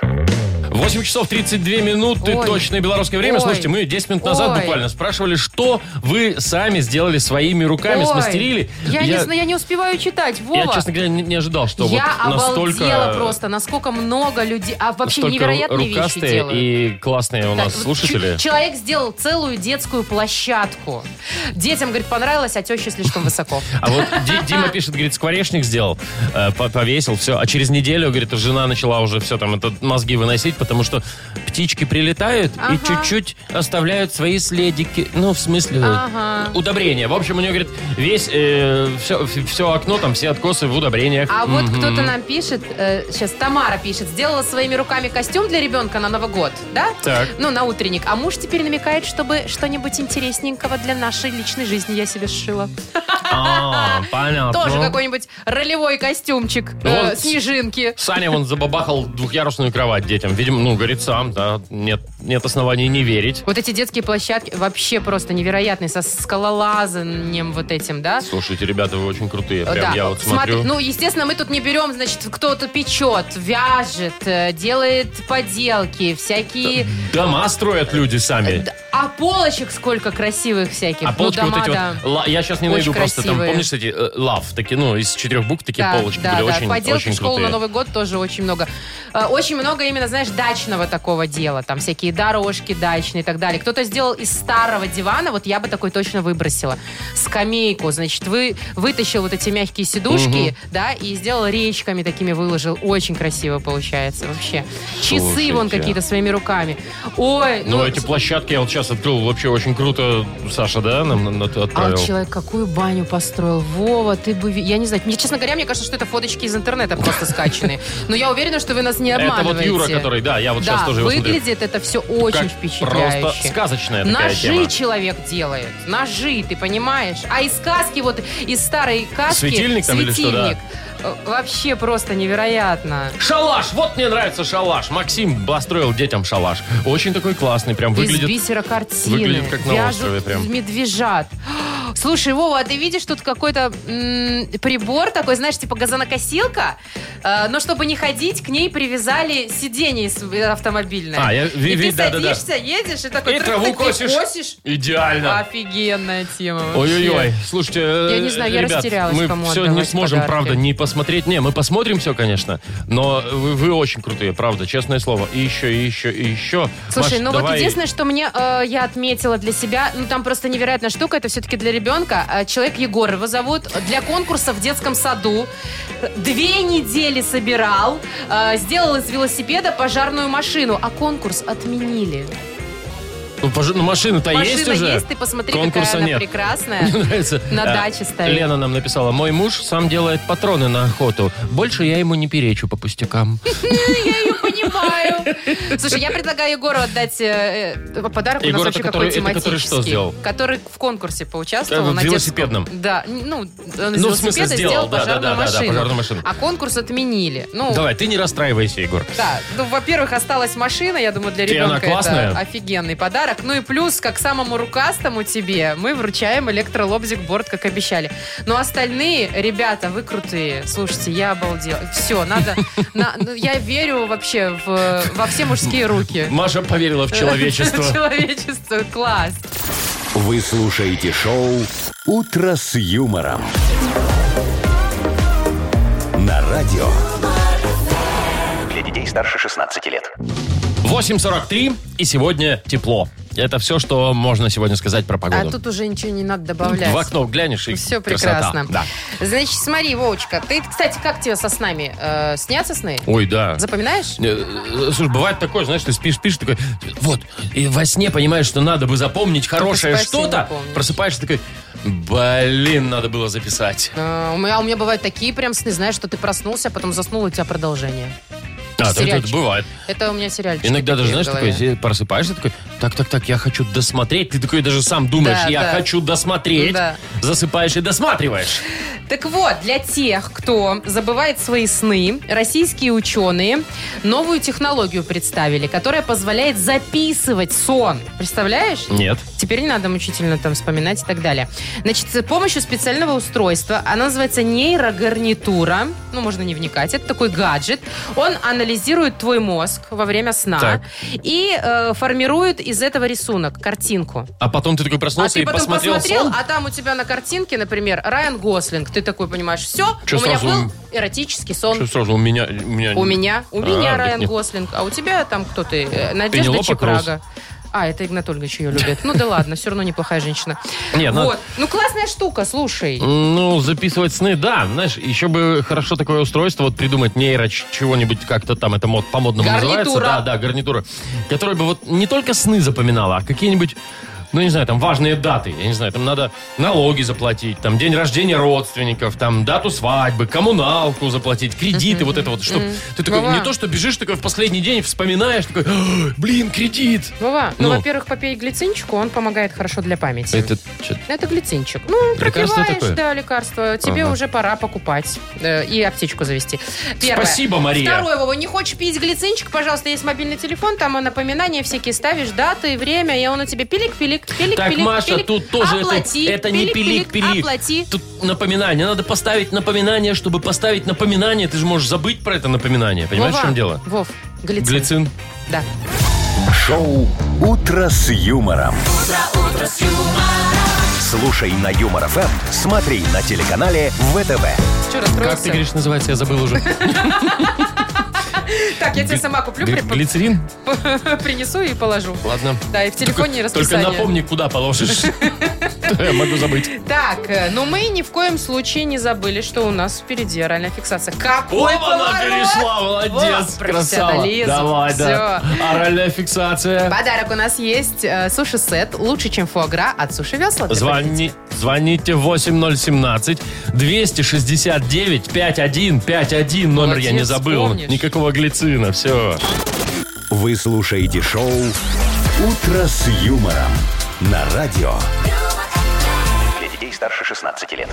8 часов 32 минуты
Ой.
точное белорусское время.
Ой.
Слушайте, мы 10 минут назад
Ой.
буквально спрашивали, что вы сами сделали своими руками,
Ой,
смастерили.
Я, не знаю, я не успеваю читать, Вова.
я, честно говоря, не, не ожидал, что
я
вот настолько...
обалдела просто, насколько много людей, а вообще
настолько
невероятные вещи
рукастые
делают.
и классные у
Так,
нас
вот
слушатели.
чу- Человек сделал целую детскую площадку. Детям, говорит, понравилось, а теще слишком высоко.
А вот Ди- Дима пишет, говорит, скворечник сделал, э, по- повесил, все. А через неделю, говорит, жена начала уже все там это мозги выносить, потому что птички прилетают и
Ага.
чуть-чуть оставляют свои следики. Ну, в смысле,
Ага.
удобрения. В общем, у нее, говорит, весь, э, все, окно, там все откосы в удобрениях.
А вот кто-то нам пишет, сейчас Тамара пишет, сделала своими руками костюм для ребенка на Новый год, да?
Так.
Ну, на утренник. А муж теперь намекает, чтобы что-нибудь интересненького для нашей личной жизни я себе сшила.
А, понятно.
Тоже какой-нибудь ролевой костюмчик, э,
Вот.
снежинки.
Саня вон забабахал двухъярусную кровать детям. Видимо, ну, говорит сам, да, нет, нет оснований не верить.
Вот эти детские площадки вообще просто невероятные, со скалолазанием вот этим, да?
Слушайте, ребята, вы очень крутые. Прям
Да,
я вот
смотри-
смотрю.
Ну, естественно, мы тут не берем, значит, кто-то печет, вяжет, э, делает поделки, всякие...
Дома строят люди сами.
Д- А полочек сколько красивых всяких.
А
Ну,
полочки
дома,
вот эти
да.
вот, ла- я сейчас не
Очень
найду просто там,
красивые.
помнишь, эти э, лав, такие, ну, из четырех букв такие
Да,
полочки
да,
были,
да.
очень,
Поделки
очень
в школу
крутые.
на Новый год тоже очень много. Э, Очень много именно, знаешь, дачного такого дела. Там всякие дорожки дачные и так далее. Кто-то сделал из старого дивана, вот я бы такой точно выбросила. Скамейку, значит, вы, вытащил вот эти мягкие сидушки, да, и сделал речками такими выложил. Очень красиво получается вообще. Часы вон
Слушайте.
какие-то своими руками. Ой,
Ну, эти площадки я вот сейчас открыл, вообще очень круто, Саша, да, нам на- на-
А
отправил?
вот человек какую баню построил? Вова, ты бы... ви- Я не знаю. Мне, честно говоря, мне кажется, что это фоточки из интернета просто скачанные. Но я уверена, что вы нас не
это вот
обманываете.
Юра, который, да, я вот сейчас
Да,
тоже его смотрю.
выглядит это все очень
Как Просто
впечатляюще.
сказочная такая
Ножи
тема.
человек делает. Ножи, ты понимаешь? А из сказки, вот из старой каски...
Светильник там или что, да?
светильник. Э, Вообще просто невероятно.
Шалаш! Вот мне нравится шалаш. Максим построил детям шалаш. Очень такой классный, прям
Из
выглядит.
бисера картины.
выглядит как на
Вяжут
острове прям.
медвежат. Слушай, Вова, а ты видишь тут какой-то м, прибор такой, знаешь, типа газонокосилка, Э, но чтобы не ходить, к ней привязали сиденье с- э, автомобильное.
А, я ви-
и
ви-
ты
да-да-да.
садишься, едешь и такой...
И
трык-тык,
траву
и
косишь.
А,
Идеально.
Офигенная тема вообще.
Ой-ой-ой, слушайте, э,
Я не знаю, я
ребят,
растерялась,
мы
кому
все не
отдавать
сможем,
подарки.
правда, не посмотреть. Не, мы посмотрим все, конечно, но вы, вы очень крутые, правда, честное слово. И еще, и еще, и еще.
Слушай,
Маш,
ну вот
давай-
единственное, что мне э, я отметила для себя, ну там просто невероятная штука, это все-таки для ребенка ребенка. э, Человек Егор его зовут. Для конкурса в детском саду. Две недели собирал. э, Сделал из велосипеда пожарную машину. А конкурс отменили.
Ну, пож- ну, машина-то есть
Машина
уже.
есть, ты посмотри,
Конкурса
какая она
нет.
прекрасная.
Мне нравится.
На
А,
даче стоит.
Лена нам написала, мой муж сам делает патроны на охоту. Больше я ему не перечу по пустякам.
Понимаю. Слушай, я предлагаю Егору отдать э, э, подарок. у
Егор,
нас
это
вообще
который-
какой
это который
тематический.
что сделал?
Который в конкурсе поучаствовал.
Э,
на детском.
велосипедном.
Да. н- Ну, он из
Ну, в смысле,
велосипеда
сделал,
сделал
да, да, да, да, да,
пожарную машину.
пожарную машину.
А конкурс отменили. Ну,
Давай, ты не расстраивайся, Егор.
Да, ну, во-первых, осталась машина, я думаю, для
И она
ребенка
классная.
это офигенный подарок. Ну и плюс, как самому рукастому тебе, мы вручаем электролобзик борт, как обещали. Но остальные, ребята, вы крутые. Слушайте, я обалдела. Все, надо... на- ну, я верю вообще в, во все мужские руки.
Маша поверила в человечество.
В Человечество, класс.
Вы слушаете шоу «Утро с юмором». На радио
Для детей старше 16 лет.
8.43, и сегодня тепло. Это все, что можно сегодня сказать про
А
погоду.
тут уже ничего не надо добавлять.
В окно глянешь, и
Все
красота.
прекрасно.
Да.
Значит, смотри, Вовочка, ты, кстати, как тебе со снами? Э, снятся сны?
Ой, да.
Запоминаешь?
Э, э, Слушай, бывает такое, знаешь, ты спишь, спишь, такой, вот, и во сне понимаешь, что надо бы запомнить хорошее
просыпаешься и не
что-то,
помнишь.
просыпаешься такой, блин, надо было записать.
А у меня, а у меня бывают такие прям сны, знаешь, что ты проснулся, а потом заснул, и у тебя продолжение.
А, так это
Сериальчик.
бывает.
Это у меня сериальчик.
Иногда даже,
такие
знаешь,
в
такой,
голове.
си- просыпаешься, такой, так-так-так, я хочу досмотреть. Ты такой даже сам думаешь,
Да,
я
да.
хочу досмотреть.
Да.
Засыпаешь и досматриваешь.
Так вот, для тех, кто забывает свои сны, российские ученые новую технологию представили, которая позволяет записывать сон. Представляешь?
Нет.
Теперь не надо мучительно там вспоминать и так далее. Значит, с помощью специального устройства, она называется нейрогарнитура, ну, можно не вникать, это такой гаджет. Он анализирует твой мозг во время сна
Так.
и э, формирует из этого рисунок, картинку.
А потом ты такой
А
проснулся
ты
и
потом
посмотрел,
посмотрел,
сон.
а там у тебя на картинке, например, Райан Гослинг. Ты такой понимаешь, все,
Чё
у меня
сразу м-
был эротический сон.
Что сразу у меня... У меня...
а У меня, у меня
А, так
Райан
нет.
Гослинг, а у тебя там кто ты? Э, Надежда
Пенелопа
Чепрага. А, это Игнат Ольгович ее любит. Ну да ладно, все равно неплохая женщина.
Нет, ну-
вот. Ну классная штука, слушай.
Ну, записывать сны, да. Знаешь, еще бы хорошо такое устройство, вот придумать нейро ч- чего-нибудь как-то там, это мод по-модному
Гарнитура.
называется. Да, да, гарнитура. Которая бы вот не только сны запоминала, а какие-нибудь, ну, не знаю, там важные даты. Я не знаю, там надо налоги заплатить, там день рождения родственников, там дату свадьбы, коммуналку заплатить, кредиты, вот это вот. Чтоб ты такой,
Вова.
не то, что бежишь такой в последний день, вспоминаешь, такой, «А, блин, кредит.
Вова, ну,
Ну.
во-первых, попей глицинчику, он помогает хорошо для памяти.
Это чё-
Это глицинчик. Ну,
Лекарство
пропиваешь,
такое?
да, лекарство. Тебе
Ага.
уже пора покупать э, и аптечку завести. Первое.
Спасибо, Мария.
Второе, Вова, не хочешь пить глицинчик, пожалуйста, есть мобильный телефон, там и напоминания всякие ставишь, даты, время, и он у тебя пилик-пилик, пилик-пилик,
Так, Маша,
пилик.
тут тоже это-
Оплати,
это, не пилик-пилик.
Оплати.
Тут напоминание. Надо поставить напоминание, чтобы поставить напоминание. Ты же можешь забыть про это напоминание. Понимаешь,
Вова,
в чем дело?
Вов, глицин.
Глицин.
Да.
шоу «Утро с юмором». Слушай на Юмор ФМ, смотри на телеканале ВТВ.
Что, расстроился?
Как ты говоришь, называется? Я забыл уже.
Так, я тебе сама куплю,
Гли-
при-
Глицерин?
принесу и положу.
Ладно.
Да, и в телефоне
Только
расписание.
напомни, куда положишь. То Я могу забыть.
Так, э, но мы ни в коем случае не забыли, что у нас впереди оральная фиксация. Какой
Оп, она
поворот!
перешла, молодец,
Вот,
красава.
профессионализм.
Давай, да.
Всё.
Оральная фиксация.
Подарок у нас есть. э, Суши-сет лучше, чем фуагра от Суши Весла. Ты
Звони, звоните 8017-269-5151. Номер я не
Молодец,
забыл.
помнишь.
Никакого глицина. Все.
Вы слушаете шоу «Утро с юмором» на радио.
Для детей старше 16 лет.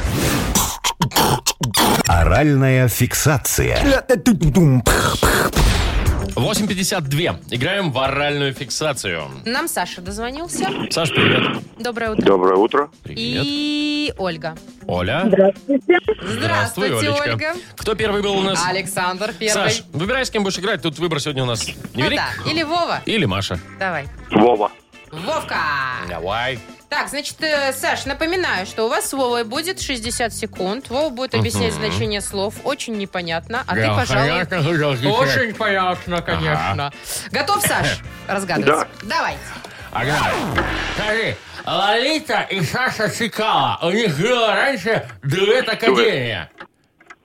Оральная фиксация.
8.52. Играем в оральную фиксацию.
прикинь. Нам Саша дозвонился.
Саш, привет.
Доброе утро.
Доброе утро.
Привет.
И Ольга.
Оля. Здравствуй,
Здравствуйте,
Олечка.
Ольга.
Кто первый был у нас?
Александр первый.
Саш, выбирай, с кем будешь играть. Тут выбор сегодня у нас
Ну
невелик.
да. Или Вова.
Или Маша.
Давай.
Вова.
Вовка!
Давай.
Так, значит, э, Саш, напоминаю, что у вас с Вовой будет 60 секунд. Вова будет объяснять значение слов. Очень непонятно. А ты, пожалуй,
Э.
Очень понятно, конечно. Готов, Саш, разгадывать?
Да.
Давай.
Агнат, скажи, Лолита и Саша Чикала, у них было раньше дуэт Академия.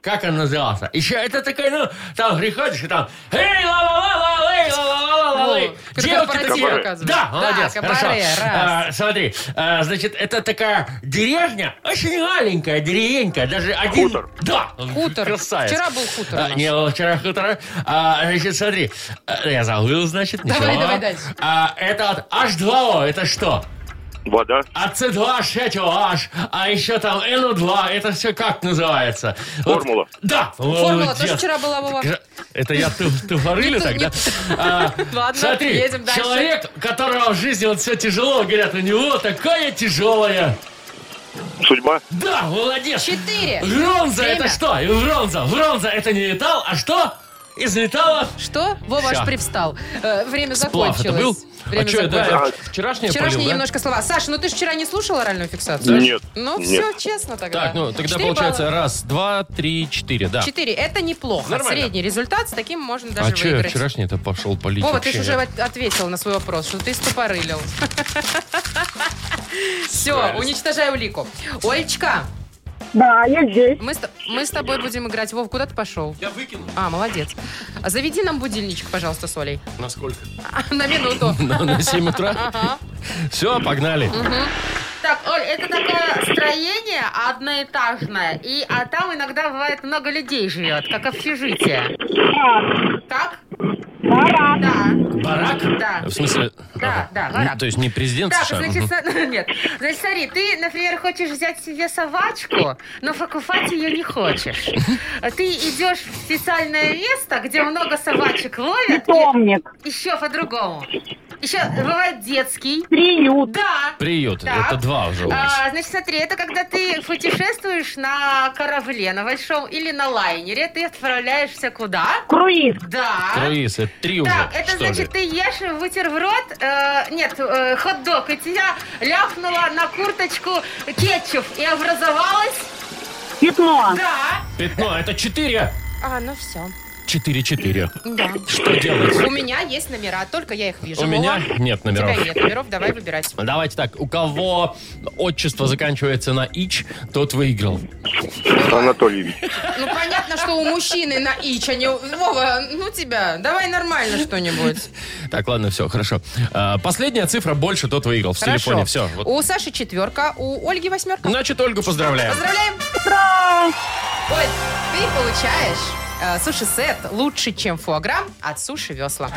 Как он назывался? Еще это такая, ну, там приходишь и там... Эй, ла ла ла ла эй, ла ла ла ла ла
О,
Девки
Ну, корпоратив,
такие...
оказывается.
Да,
Да,
молодец,
кабаре,
хорошо.
раз.
А, смотри, а, значит, это такая деревня, очень маленькая деревенька, даже один...
Хутор.
Да,
Хутор.
красавец.
Вчера был хутор
А,
у нас.
не было вчера хутора. А, значит, смотри, а, я забыл, значит,
Давай,
ничего.
давай дальше.
А, это от H2O, это что?
Вода.
А С2, H, а еще там NO2, это все как называется? Вот-
Формула.
да,
Формула
молодец.
тоже вчера была, Вова.
Гра- Это я ту- туфорылю
Не ту-
тогда?
не ту.
А,
Ладно,
Смотри,
едем дальше.
человек, которого в жизни вот все тяжело, говорят, у него такая тяжелая.
Судьба.
Да, молодец.
Четыре.
Бронза
Время.
это что? Бронза. Бронза это не металл, а что? Из металла
Что? Вова
Всё.
аж привстал. Э, Время
сплав это был?
закончилось.
А
Время
что,
закончилось.
это вчерашнее
Вчерашние
полил, да?
немножко слова. Саша, ну ты же вчера не слушал оральную фиксацию?
Нет,
Ну
нет.
все, честно тогда.
Так, ну тогда
Четыре
получается
балла.
раз, два, три, четыре, да.
Четыре. Это неплохо.
Нормально.
Средний результат. С таким можно даже
А что я
выиграть.
вчерашний-то пошел полить
Вова,
вообще?
ты же уже от- ответил на свой вопрос, что ты стопорылил. Все, уничтожай улику. Олечка,
Да, я здесь.
мы с, т- мы с тобой будем играть. Вов, куда ты пошел?
Я выкину.
А, молодец. А Заведи нам будильничек, пожалуйста, с Олей.
На сколько?
На минуту.
На на 7 утра?
Ага.
Все, погнали.
Так, Оль, это такое строение одноэтажное, и а там иногда бывает много людей живет, как общежитие. Так?
Пора.
Да.
Барак?
Да.
В смысле? Ага.
Да, да,
Ну,
барак.
То есть не президент
Так,
США?
значит,
Мгм.
со- нет. Значит, смотри, ты, например, хочешь взять себе собачку, но покупать ее не хочешь. А Ты идешь в специальное место, где много собачек ловят,
Питомник,
и еще по-другому. Еще бывает детский.
приют,
Да.
Приют.
Так.
Это два уже у нас.
А, значит, смотри, это когда ты путешествуешь на корабле, на большом или на лайнере, ты отправляешься куда?
круиз,
Да.
Круиз, это три уже.
Так, это
что
значит,
ли?
ты ешь бутерброд, э, нет, э, хот-дог, и тебя ляпнула на курточку кетчуп, и образовалось,
пятно,
да.
Пятно, это четыре.
А, ну все.
Четыре-четыре.
Да.
Что делать?
У меня есть номера, только я их вижу.
У меня нет
У тебя
номеров.
нет номеров, давай выбирать.
Давайте так, у кого отчество заканчивается на ич, тот выиграл.
Анатольевич.
Ну, понятно, что у мужчины на ич, а не у- Вова, ну тебя, давай нормально что-нибудь.
Так, ладно, все, хорошо. А, Последняя цифра больше, тот выиграл в телефоне. Все. вот. Ну.
У Саши четверка, у Ольги восьмерка.
Значит, Ольгу поздравляем.
Поздравляем! Оль, ты получаешь э, суши-сет лучше, чем фуаграм от суши-весла.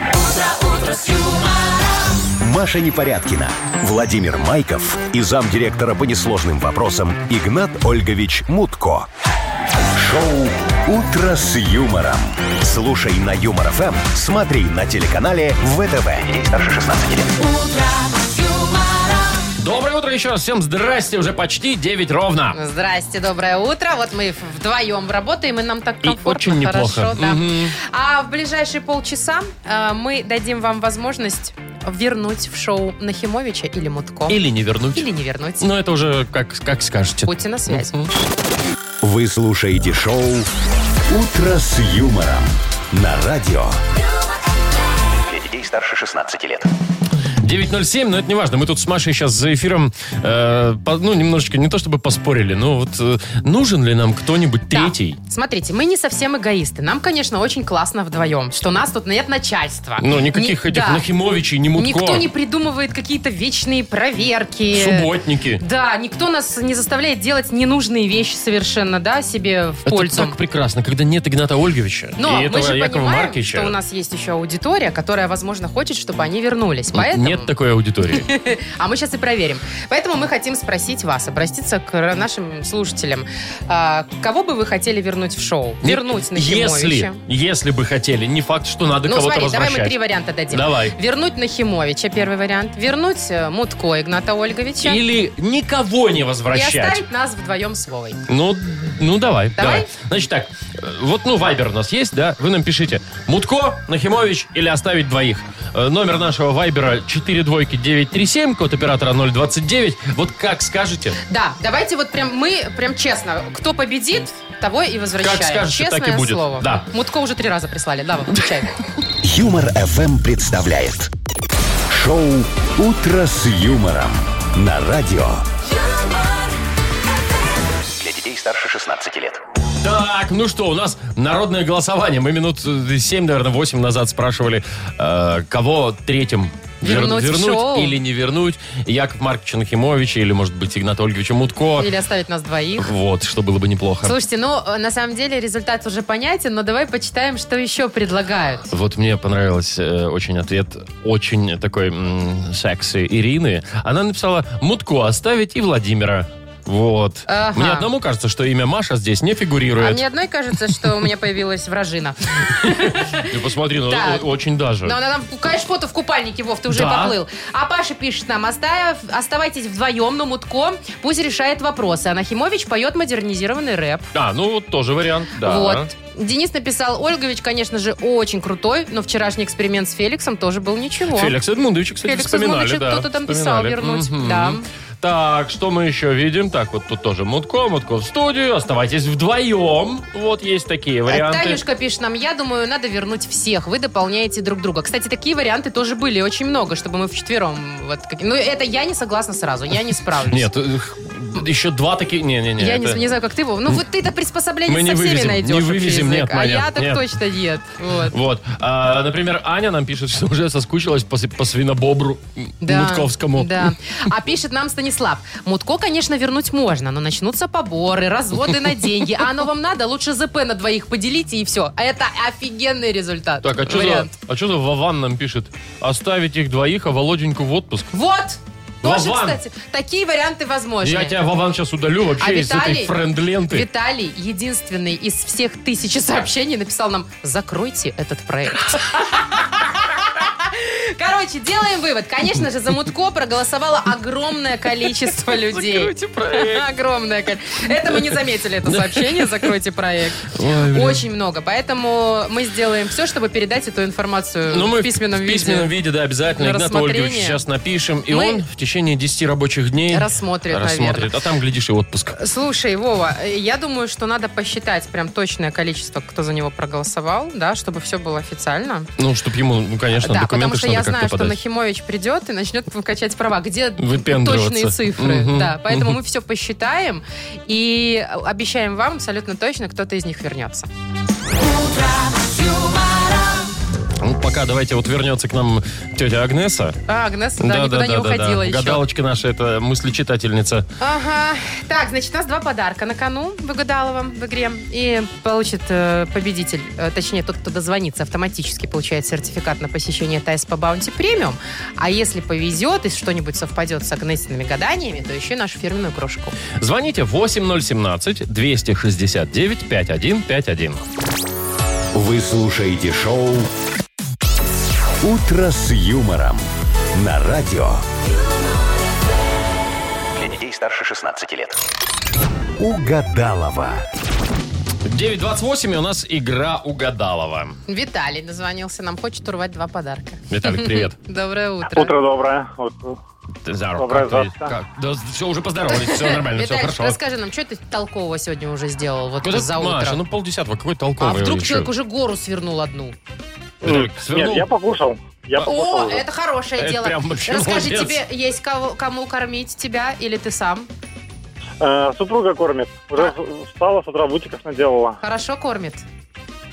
Маша Непорядкина, Владимир Майков и замдиректора по несложным вопросам Игнат Ольгович Мутко. Шоу «Утро с юмором». Слушай на Юмор ФМ, смотри на телеканале ВТВ. Здесь старше 16 лет.
Доброе утро еще раз. Всем здрасте. Уже почти 9 ровно.
Здрасте, доброе утро. Вот мы вдвоем работаем, и нам так
И
комфортно,
очень неплохо.
хорошо. да.
Мгм.
А в ближайшие полчаса э, мы дадим вам возможность вернуть в шоу Нахимовича или Мутко.
Или Ну, не вернуть.
Или не вернуть.
Но это уже как, как скажете.
Будьте на связи.
Вы слушаете шоу «Утро с юмором» на радио.
Для детей старше 16 лет.
9.07, но это не важно. Мы тут с Машей сейчас за эфиром, э, по- ну, немножечко не то чтобы поспорили, но вот э, нужен ли нам кто-нибудь
Да.
третий?
Смотрите, мы не совсем эгоисты. Нам, конечно, очень классно вдвоем, что нас тут нет начальства.
Ну, никаких
Ни-
этих
да.
Нахимовичей, ни Мутко,
Никто не придумывает какие-то вечные проверки.
Субботники.
Да, никто нас не заставляет делать ненужные вещи совершенно, да, себе в пользу.
Это так прекрасно, когда нет Игната Ольговича
Но
и этого
мы же
Якова
понимаем,
Маркича.
что у нас есть еще аудитория, которая, возможно, хочет, чтобы они вернулись. Поэтому...
Нет такой аудитории.
А мы сейчас и проверим. Поэтому мы хотим спросить вас, обратиться к р- нашим слушателям. А, кого бы вы хотели вернуть в шоу? Вернуть на
Если, если бы хотели, не факт, что надо
Ну,
кого-то
смотри, давай мы
возвращать.
три варианта дадим.
Давай.
Вернуть Нахимовича, первый вариант. Вернуть э, Мутко Игната Ольговича.
Или никого не
И
возвращать.
оставить нас вдвоем с Вовой.
Ну, ну давай, давай,
Давай?
Значит так, э, вот, ну, Вайбер у нас есть, да? Вы нам пишите. Мутко, Нахимович или оставить двоих. Э, Номер нашего Вайбера 42937, код оператора 029. Вот как скажете,
Да, давайте вот прям мы, прям честно, кто победит, того и возвращаем.
Как скажете,
Честное
так и будет.
слово.
Да.
Мутко уже три раза прислали. Да, вот, включай.
Юмор FM представляет шоу «Утро с юмором» на радио.
Для детей старше 16 лет.
Так, ну что, у нас народное голосование. Мы минут 7, наверное, 8 назад спрашивали, э, кого третьим вер-
Вернуть в шоу.
или не вернуть. Яков Маркович Нахимович или, может быть, Игната Ольговича Мутко.
Или оставить нас двоих.
Вот, что было бы неплохо.
Слушайте, ну, э, на самом деле результат уже понятен, но давай почитаем, что еще предлагают.
Вот мне понравился очень ответ, очень такой м, секси Ирины. Она написала Мутко оставить и Владимира. Вот.
Ага.
Мне одному кажется, что имя Маша здесь не фигурирует.
А мне одной кажется, что у меня появилась вражина.
Ты посмотри, ну,
Так.
о- очень даже.
Но она нам, конечно, фото в купальнике, Вов, ты уже
Да.
поплыл. А Паша пишет нам, «Остав- оставайтесь вдвоем, но Мутко пусть решает вопросы. А Нахимович поет модернизированный рэп.
А, ну вот тоже вариант, да.
Вот. Денис написал, Ольгович, конечно же, очень крутой, но вчерашний эксперимент с Феликсом тоже был ничего.
Феликс Эдмундович, кстати,
Феликс
вспоминали.
Эдмундович,
да,
кто-то там писал
вспоминали.
вернуть,
Мгм.
да.
Так, что мы еще видим? Так, вот тут тоже Мутко, Мутко в студию. Оставайтесь вдвоем. Вот есть такие
Э,
варианты.
Танюшка пишет нам, я думаю, надо вернуть всех. Вы дополняете друг друга. Кстати, такие варианты тоже были очень много, чтобы мы вчетвером... Вот, как- Ну, это я не согласна сразу, я не справлюсь.
Нет, эх, еще два такие... Не-не-не.
Я
это-
не, не знаю, как ты, Вов. Ну, вот ты-то приспособление
Мы
со
не
всеми
вывезем,
найдешь.
не
общий
вывезем,
язык.
нет,
А я
Марьян,
так
нет.
точно нет. Вот.
Вот. А, например, Аня нам пишет, что уже соскучилась по, с- по свинобобру м,
Да,
Мутковскому.
Да. А пишет нам Станислав. Мутко, конечно, вернуть можно, но начнутся поборы, разводы на деньги. А оно вам надо, лучше ЗП на двоих поделите и все. А Это офигенный результат.
Так, а что за,
Вариант.
а чё за Вован нам пишет? Оставить их двоих, а Володеньку в отпуск.
Вот! Тоже,
Вован!
кстати, такие варианты возможны.
Я тебя, Вован, сейчас удалю вообще
А
из этой
Виталий-
френд-ленты.
Виталий, единственный из всех тысячи сообщений, написал нам «Закройте этот проект». Короче, делаем вывод. Конечно же, за Мутко проголосовало огромное количество людей.
Закройте проект.
Огромное количество. Это мы не заметили, это сообщение «Закройте проект».
Ой, блин.
Очень много. Поэтому мы сделаем все, чтобы передать эту информацию
Ну, мы
в письменном виде.
да, обязательно.
На
Игнат
рассмотрение.
Ольгович сейчас напишем. И
Мы-
он в течение 10 рабочих дней
Рассмотрит,
рассмотрит.
наверно.
А там, глядишь, и отпуск.
Слушай, Вова, э, я думаю, что надо посчитать прям точное количество, кто за него проголосовал, да, чтобы все было официально.
Ну, чтобы ему, ну, конечно,
да, потому
документы ж
что я
надо
знаю,
как-то
что
подать.
Нахимович придет и начнет качать права. Где
Выпендриваться.
точные цифры?
Мгм.
Да, поэтому мы все посчитаем и обещаем вам абсолютно точно, кто-то из них вернется.
Ну, пока давайте вот вернется к нам тетя Агнеса.
А, Агнеса, да, никуда не уходила еще.
Гадалочка наша, это мыслечитательница.
Ага. Так, значит, у нас два подарка на кону в Игудаловом в игре. И получит э, победитель, э, точнее, тот, кто дозвонится, автоматически получает сертификат на посещение Тайс по Баунти Премиум. А если повезет и что-нибудь совпадет с Агнесиными гаданиями, то еще и нашу фирменную крошку.
Звоните 8017-269-5151.
Вы слушаете шоу «Утро с юмором» на радио.
Для детей старше 16 лет.
Угадалова.
9.28, и у нас игра угадалова.
Виталий дозвонился нам, хочет урвать два подарка.
Виталик, привет.
Доброе утро.
Утро доброе. Утро.
Ты за руку.
Доброе
Как ты-
завтра.
как? Да, все, уже поздоровались, все нормально, все
Виталий,
хорошо.
расскажи нам, что ты толкового сегодня уже сделал вот
Ну, это
за утро?
Маша, ну полдесятого, какой толковый.
а вдруг
еще.
человек уже гору свернул одну?
Виталик, свернул.
Нет, я покушал. Я покушал
О,
уже.
это хорошее
Ну, Это
дело.
прям вообще
Расскажи,
молодец.
тебе есть кого, кому кормить тебя или ты сам?
Э, супруга кормит. Уже встала с утра, бутиков наделала.
Хорошо кормит?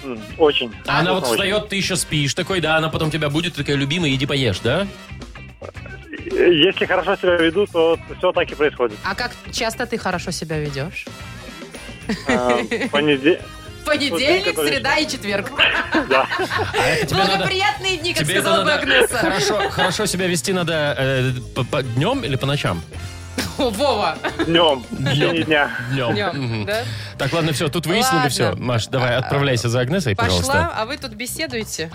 М, Очень.
А она вот
Вкусно очень.
встает, ты еще спишь такой, да, она потом тебя будет, ты такая, любимая, иди поешь, да?
Э, Если хорошо себя веду, то все так и происходит.
А как часто ты хорошо себя ведешь?
Э, понеде-
Понедельник,
Слушай,
среда и четверг.
Да.
А
Благоприятные дни, как
Тебе это
сказала бы
надо
Агнеса.
хорошо, хорошо себя вести надо днем или по ночам?
О, Вова,
Днем.
Днем.
дня.
днем,
Днем.
да?
Так, ладно, все, тут выяснили
Ладно.
все. Маш, давай, отправляйся за Агнесой,
Пошла,
пожалуйста.
а вы тут беседуете.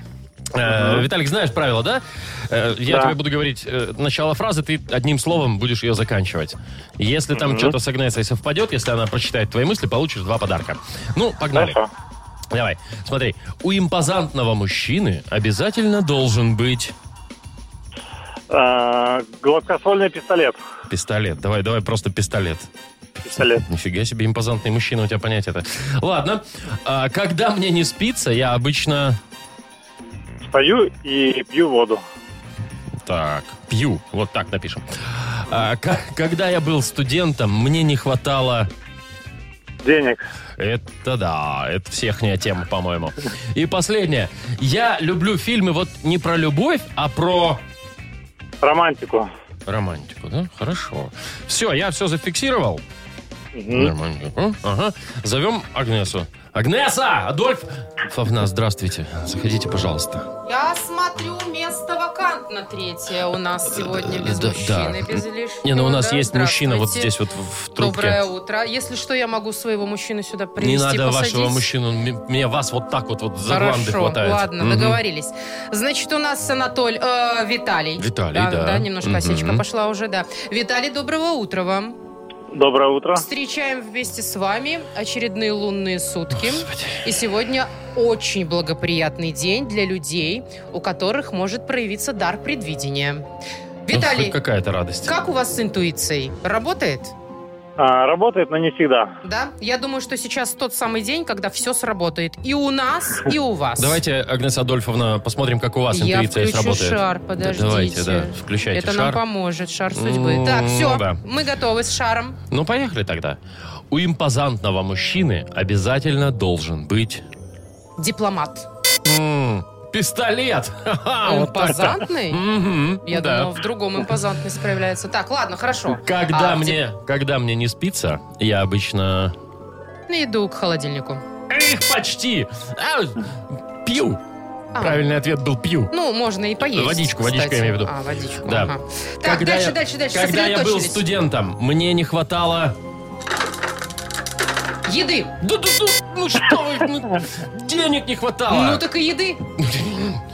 Э, Виталик, знаешь правила, да? Э, Я
Да.
тебе буду говорить э, начало фразы, ты одним словом будешь ее заканчивать. Если там что-то с Агнесой совпадет, если она прочитает твои мысли, получишь два подарка. Ну, погнали.
Хорошо.
Давай, смотри. У импозантного мужчины обязательно должен быть
А,
Э, Гладкосольный пистолет.
пистолет. Давай, давай, просто пистолет.
Пистолет.
Нифига себе, импозантный мужчина, у тебя понять это. Ладно, А, когда мне не спится, я обычно...
Стою и пью воду.
Так, пью. Вот так напишем. А, к- когда я был студентом, мне не хватало...
Денег.
Это да, это всехняя тема, по-моему. И последнее. Я люблю фильмы вот не про любовь, а про...
Романтику.
Романтику, да? Хорошо. Все, я все зафиксировал. Романтику. Ага. Зовем Агнесу. Агнеса! Адольф! Фавна, здравствуйте. Заходите, пожалуйста.
Я смотрю, место вакантно третье у нас сегодня без
Да,
мужчины,
да.
без лишнего.
Не, ну у нас
да?
есть мужчина вот
Здравствуйте.
здесь вот в в
Доброе
трубке.
утро. Если что, я могу своего мужчину сюда
Не
привести,
надо
посадить.
вашего мужчину. он м- Мне вас вот так вот, вот за гланды
Хорошо,
хватает.
ладно,
Мгм.
договорились. Значит, у нас Анатоль, э, Виталий.
Виталий, да.
немножко
Мгм.
осечка пошла уже, да. Виталий, доброго утра вам.
Доброе утро.
Встречаем вместе с вами очередные лунные сутки. И сегодня очень благоприятный день для людей, у которых может проявиться дар предвидения.
Ну, хоть
Виталий,
какая-то радость.
как у вас с интуицией? Работает?
А, работает, но не всегда.
Да? Я думаю, что сейчас тот самый день, когда все сработает. И у нас, и у вас.
Давайте, Агнеса Адольфовна, посмотрим, как у вас
Я
интуиция
включу
сработает.
шар,
Да,
подождите.
Давайте, да, включайте
Это нам
шар.
поможет, шар судьбы.
М,
так, все,
да.
мы готовы с шаром.
Ну, поехали тогда. У импозантного мужчины обязательно должен быть...
Дипломат.
м, пистолет! Ха-ха, А, вот так-то.
Импозантный?
Мгм,
Я
да.
думала, в другом импозантность проявляется. Так, ладно, хорошо.
Когда
А,
мне, когда мне не спится, я обычно...
дип- Иду к холодильнику.
Эх, почти! А, пью! Правильный ответ был пью.
Ну, можно и поесть.
Водичку, водичку
кстати.
я имею в виду.
А, водичку.
Да.
ага. Так,
Когда
дальше,
я-
дальше, дальше.
Когда я был
сосредоточились.
студентом, мне не хватало...
Еды.
Да, да, да, ну что вы, ну, денег не хватало.
Ну так и еды.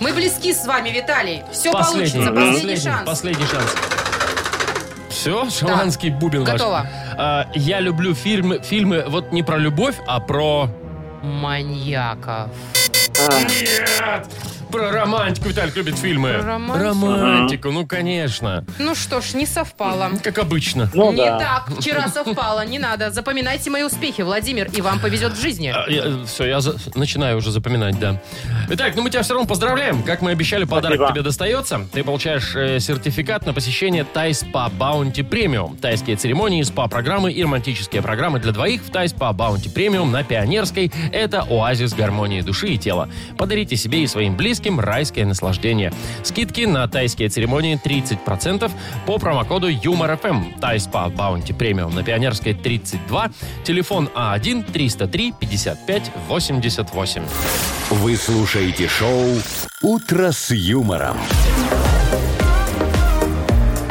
Мы близки с вами, Виталий. Все
Последний,
получится. Последний шанс.
последний шанс. Все, шаманский бубен ваш.
Готово.
А, я люблю фильмы, фильмы вот не про любовь, а про...
Маньяков.
Про романтику. Виталик любит фильмы.
Про романтику?
Романтику, ну конечно.
Ну что ж, не совпало.
Как обычно.
Ну
не
да.
так, вчера совпало, не надо. Запоминайте мои успехи, Владимир, и вам повезет в жизни.
все, А, я за- начинаю уже запоминать, да. Итак, ну мы тебя все равно поздравляем. Как мы обещали, подарок
Спасибо.
тебе достается. Ты получаешь э, сертификат на посещение Тай Спа Баунти Премиум. Тайские церемонии, спа-программы и романтические программы для двоих в Тай Спа Баунти Премиум на Пионерской. Это оазис гармонии души и тела. Подарите себе и своим близким райское наслаждение. Скидки на тайские церемонии 30% по промокоду ЮМОРФМ. Тай Спа Баунти Премиум на Пионерской 32. Телефон А А1 303 55 88.
Вы слушаете шоу «Утро с юмором».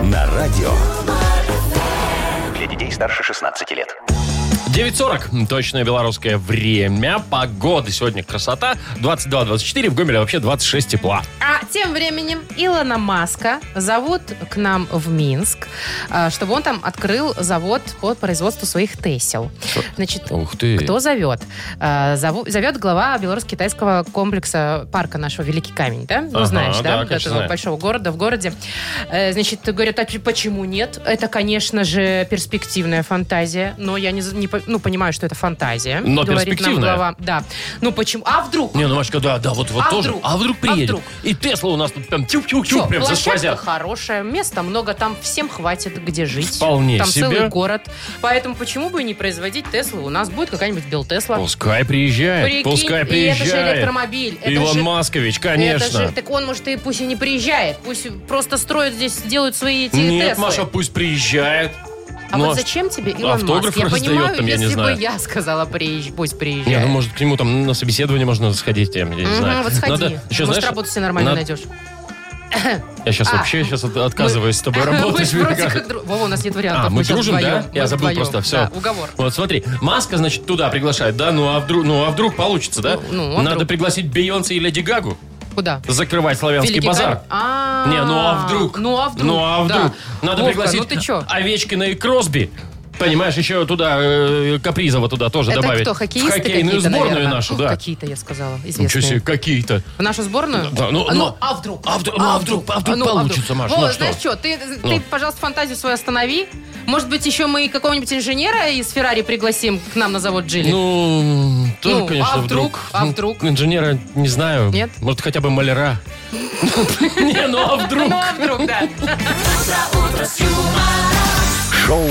На радио.
Для детей старше 16 лет.
9.40. Точное белорусское время. Погода сегодня красота. 22-24. В Гомеле вообще 26 тепла.
А тем временем Илона Маска зовут к нам в Минск, а, чтобы он там открыл завод по производству своих тесел. Значит,
Ух ты.
кто зовет? А, зову- Зовет глава белорусско-китайского комплекса парка нашего Великий Камень, да? Ну,
Ага,
знаешь,
да,
да? Вот
конечно,
этого
знаю.
большого города в городе. Э, Значит, говорят, а ч- почему нет? Это, конечно же, перспективная фантазия, но я не, за- не по- ну, понимаю, что это фантазия.
Но
говорит нам
перспективная.
глава. Да. Ну, почему? А вдруг?
Не, ну Машка, да, да, вот, вот
А
тоже.
вдруг?
А вдруг
А
приедет?
вдруг?
И Тесла у нас тут прям
Всё,
тюк-тюк-тюк, прям
площадка
зашквозят.
хорошая, места много, там всем хватит где жить.
Вполне
там
себе.
целый город. Поэтому почему бы и не производить Теслу? У нас будет какая-нибудь Белтесла.
Пускай приезжает,
Прикинь,
пускай
и это
приезжает.
же электромобиль. Это
Илон
же-
Маскович,
Это же,
конечно.
так он, может, и пусть и не приезжает. Пусть просто строят здесь, делают свои эти
Нет,
Теслы.
Маша, пусть приезжает.
а
Ну,
вот
а
зачем тебе Илон
автограф
Маск? Я
раздает
понимаю,
там, я не
если бы
знаю.
я сказала, приезж, пусть
Не,
приезжает.
ну может к нему там на собеседование можно сходить, я не
Мгм,
знаю.
вот сходи.
Надо, еще,
Может,
знаешь,
работу себе нормально
на-
найдешь.
Я сейчас
А.
вообще сейчас отказываюсь с тобой
Мы
работать.
же
мне
вроде
кажется.
как друг- Вова, у нас нет вариантов.
А, мы
сейчас
дружим,
вдвоем.
да?
Мы
Я забыл
вдвоем.
просто, все.
Да, уговор.
Вот смотри, Маска, значит, туда приглашает, да? Ну а вдруг, ну, а вдруг получится, да?
Ну, ну, а
Надо
вдруг?
пригласить Бейонсе и Леди Гагу
Куда?
закрывать славянский
Великий
базар.
Камень. А,
Не, ну а вдруг?
Ну а вдруг?
Ну а вдруг?
Да.
Надо
Вовка,
пригласить а,
ну ты чё?
Овечкина и Кросби. Понимаешь, еще туда э, Капризова туда тоже
Это
добавить.
кто,
В
хоккеисты
хоккейную
какие-то,
сборную
наверное?
нашу,
Ну,
да.
Какие-то, я сказала,
Ничего себе,
известные.
какие-то.
В нашу сборную?
Да, ну,
а,
ну,
ну, а вдруг?
а вдруг- ну, а вдруг- а вдруг получится, Маш,
Вова,
ну, что?
знаешь что, ты,
Ну.
ты, пожалуйста, фантазию свою останови. Может быть, еще мы и какого-нибудь инженера из Феррари пригласим к нам на завод Джили?
Ну, тоже,
Ну, а
конечно,
вдруг? А
Ну,
вдруг?
Инженера, не знаю.
Нет?
Может, хотя бы маляра. Не, ну а вдруг?
Ну, а вдруг, да.
Шоу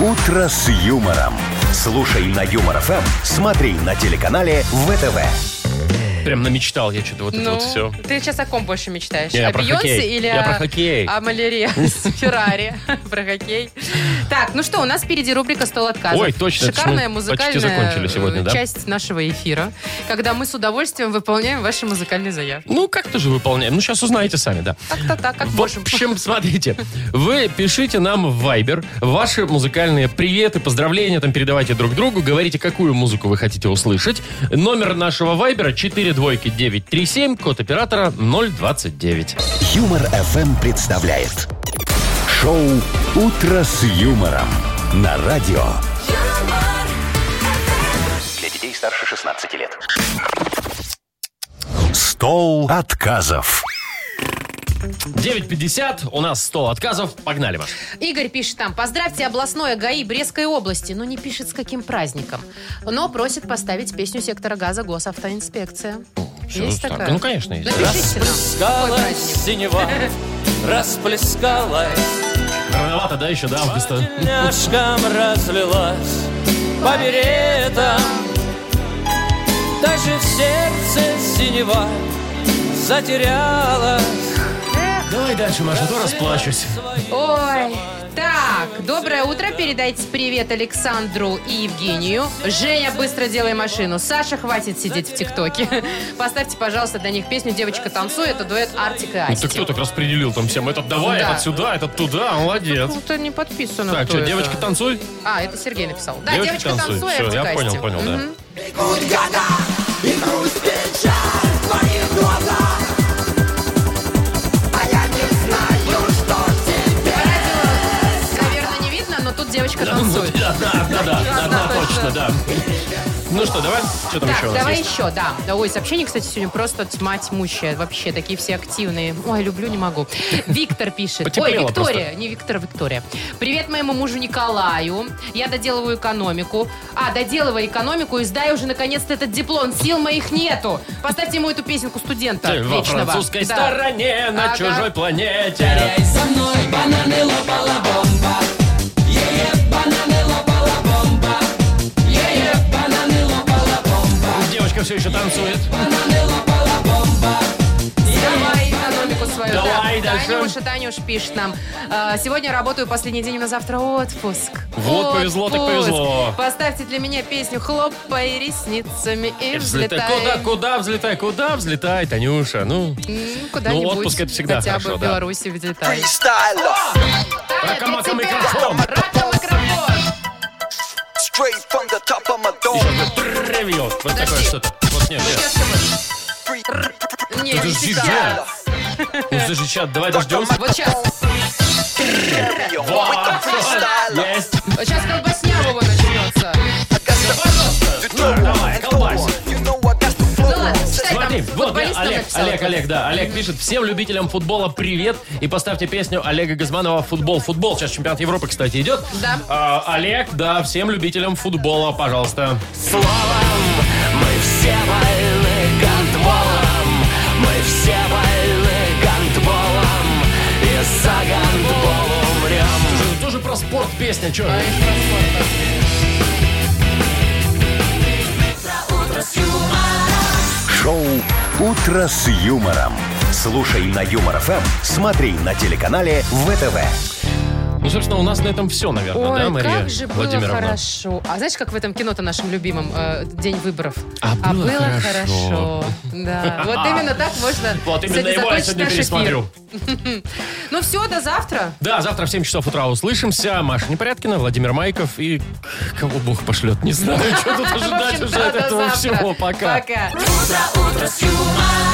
«Утро с юмором». Слушай на Юмор ФМ, смотри на телеканале ВТВ.
Прям намечтал я что-то вот это
Ну,
вот все.
ты сейчас о ком больше мечтаешь?
Не, я
о
про
Бейонсе
хоккей.
или
Я
о,
про хоккей.
о Малярии с Феррари? Про хоккей. Так, ну что, у нас впереди рубрика «Стол отказов».
Ой, точно, это ж мы
Шикарная
почти
музыкальная
закончили сегодня,
э,
да?
часть нашего эфира, когда мы с удовольствием выполняем ваши музыкальные заявки.
Ну, как-то же выполняем. Ну, сейчас узнаете сами, да.
Как-то так, как
В
можем.
общем, смотрите, вы пишите нам в Viber ваши музыкальные приветы, поздравления, там передавайте друг другу, говорите, какую музыку вы хотите услышать. Номер нашего Viber 42937, код оператора 029.
Юмор ФМ представляет. Шоу «Утро с юмором» на радио.
Для детей старше 16 лет.
Стол отказов.
9.50, у нас 100 отказов, погнали, Маш.
Игорь пишет там, поздравьте областное ГАИ Брестской области, но не пишет с каким праздником, но просит поставить песню сектора газа Госавтоинспекция.
Всё,
Есть
так,
такая?
Ну, конечно, есть.
Напишите нам. Какой праздник?
синева расплескалась,
Рановато, да, еще до августа.
тельняшкам разлилась по беретам. Даже в сердце синева затерялась.
Давай дальше, Маша, а то расплачусь.
Ой, так, доброе утро, передайте привет Александру и Евгению. Женя, быстро делай машину. Саша, хватит сидеть в ТикТоке. Поставьте, пожалуйста, для них песню «Девочка, танцуй». Это дуэт Артик и
Ну, ты
Асти.
кто так распределил там всем? Этот давай,
Да.
этот сюда, этот туда, молодец.
Тут Ну, не подписано,
Так,
кто
что,
это.
девочка, танцуй.
А, это Сергей написал. Да,
Девочка,
«Девочка,
танцуй».
танцуй»,
Всё,
Артик
я
и
понял,
Асти.
понял, да.
Мгм. Наверное, не видно, но тут девочка танцует.
Да, да, да, да, да, точно, да. Ну что, давай, что там
Так,
еще у нас
давай
есть?
еще, да. Да, Ой, сообщения, кстати, сегодня просто тьма тьмущая. Вообще, такие все активные. Ой, люблю, не могу. Виктор пишет. Ой,
Потеплело
Виктория. Не Виктор, а Виктория. Привет моему мужу Николаю. Я доделываю экономику. А, доделывай экономику и сдай уже наконец-то этот диплом. Сил моих нету. Поставьте ему эту песенку студента
Ты Э, Во
вечного.
французской
Да.
стороне, на
Ага.
чужой планете. Девочка все еще танцует.
Давай экономику свою.
Давай
да.
дальше.
Танюша, Танюш пишет нам. «Э, Сегодня работаю последний день, на завтра отпуск.
Вот повезло, так
Отпуск.
повезло.
Поставьте для меня песню «Хлопай ресницами
Взлетай.
и взлетай».
Куда, куда взлетай, куда взлетай, Танюша? Ну,
М, Куда-нибудь.
Ну, отпуск это всегда
Хотя
хорошо,
бы в
да.
Беларуси взлетай. Таня,
Рака-мака,
ты цепляй.
микрофон.
Рака-микрофон.
тревью. Вот такое что-то. Вот нет, нет.
Не,
Ну,
не
Подожди,
сейчас.
Жень. Ну, подожди, сейчас, давай дождемся.
Вот сейчас.
Вот, есть.
Вот сейчас колбаснявого начнется.
На, давай, колбась.
Ну ладно, читай там.
Смотри, вот я,
Футболист нам
Олег,
написал.
Олег, Олег, да, Олег пишет, всем любителям футбола привет и поставьте песню Олега Газманова «Футбол, футбол». Сейчас чемпионат Европы, кстати, идет.
Да.
А, Олег, да, всем любителям футбола, пожалуйста. Слушай, ну тоже про спорт песня, что?
Шоу «Утро с юмором». Слушай на Юмор ФМ, смотри на телеканале ВТВ.
Ну, собственно, у нас на этом все, наверное,
Ой,
Ну да, Мария
как же было
Владимировна?
хорошо. А знаешь, как в этом кино-то нашем любимом э, «День выборов»?
А было
хорошо.
хорошо.
Да, вот именно так можно
Вот именно
сегодня
его я
закончить
сегодня
наш эфир.
пересмотрю.
Ну все, до завтра.
Да, завтра в 7 часов утра услышимся. Маша Непорядкина, Владимир Майков и кого бог пошлет, не знаю, что тут
Ну, В
ожидать
общем,
уже
да,
от
до
этого
завтра.
всего. Пока.
Пока.
Утро, утро с юмором.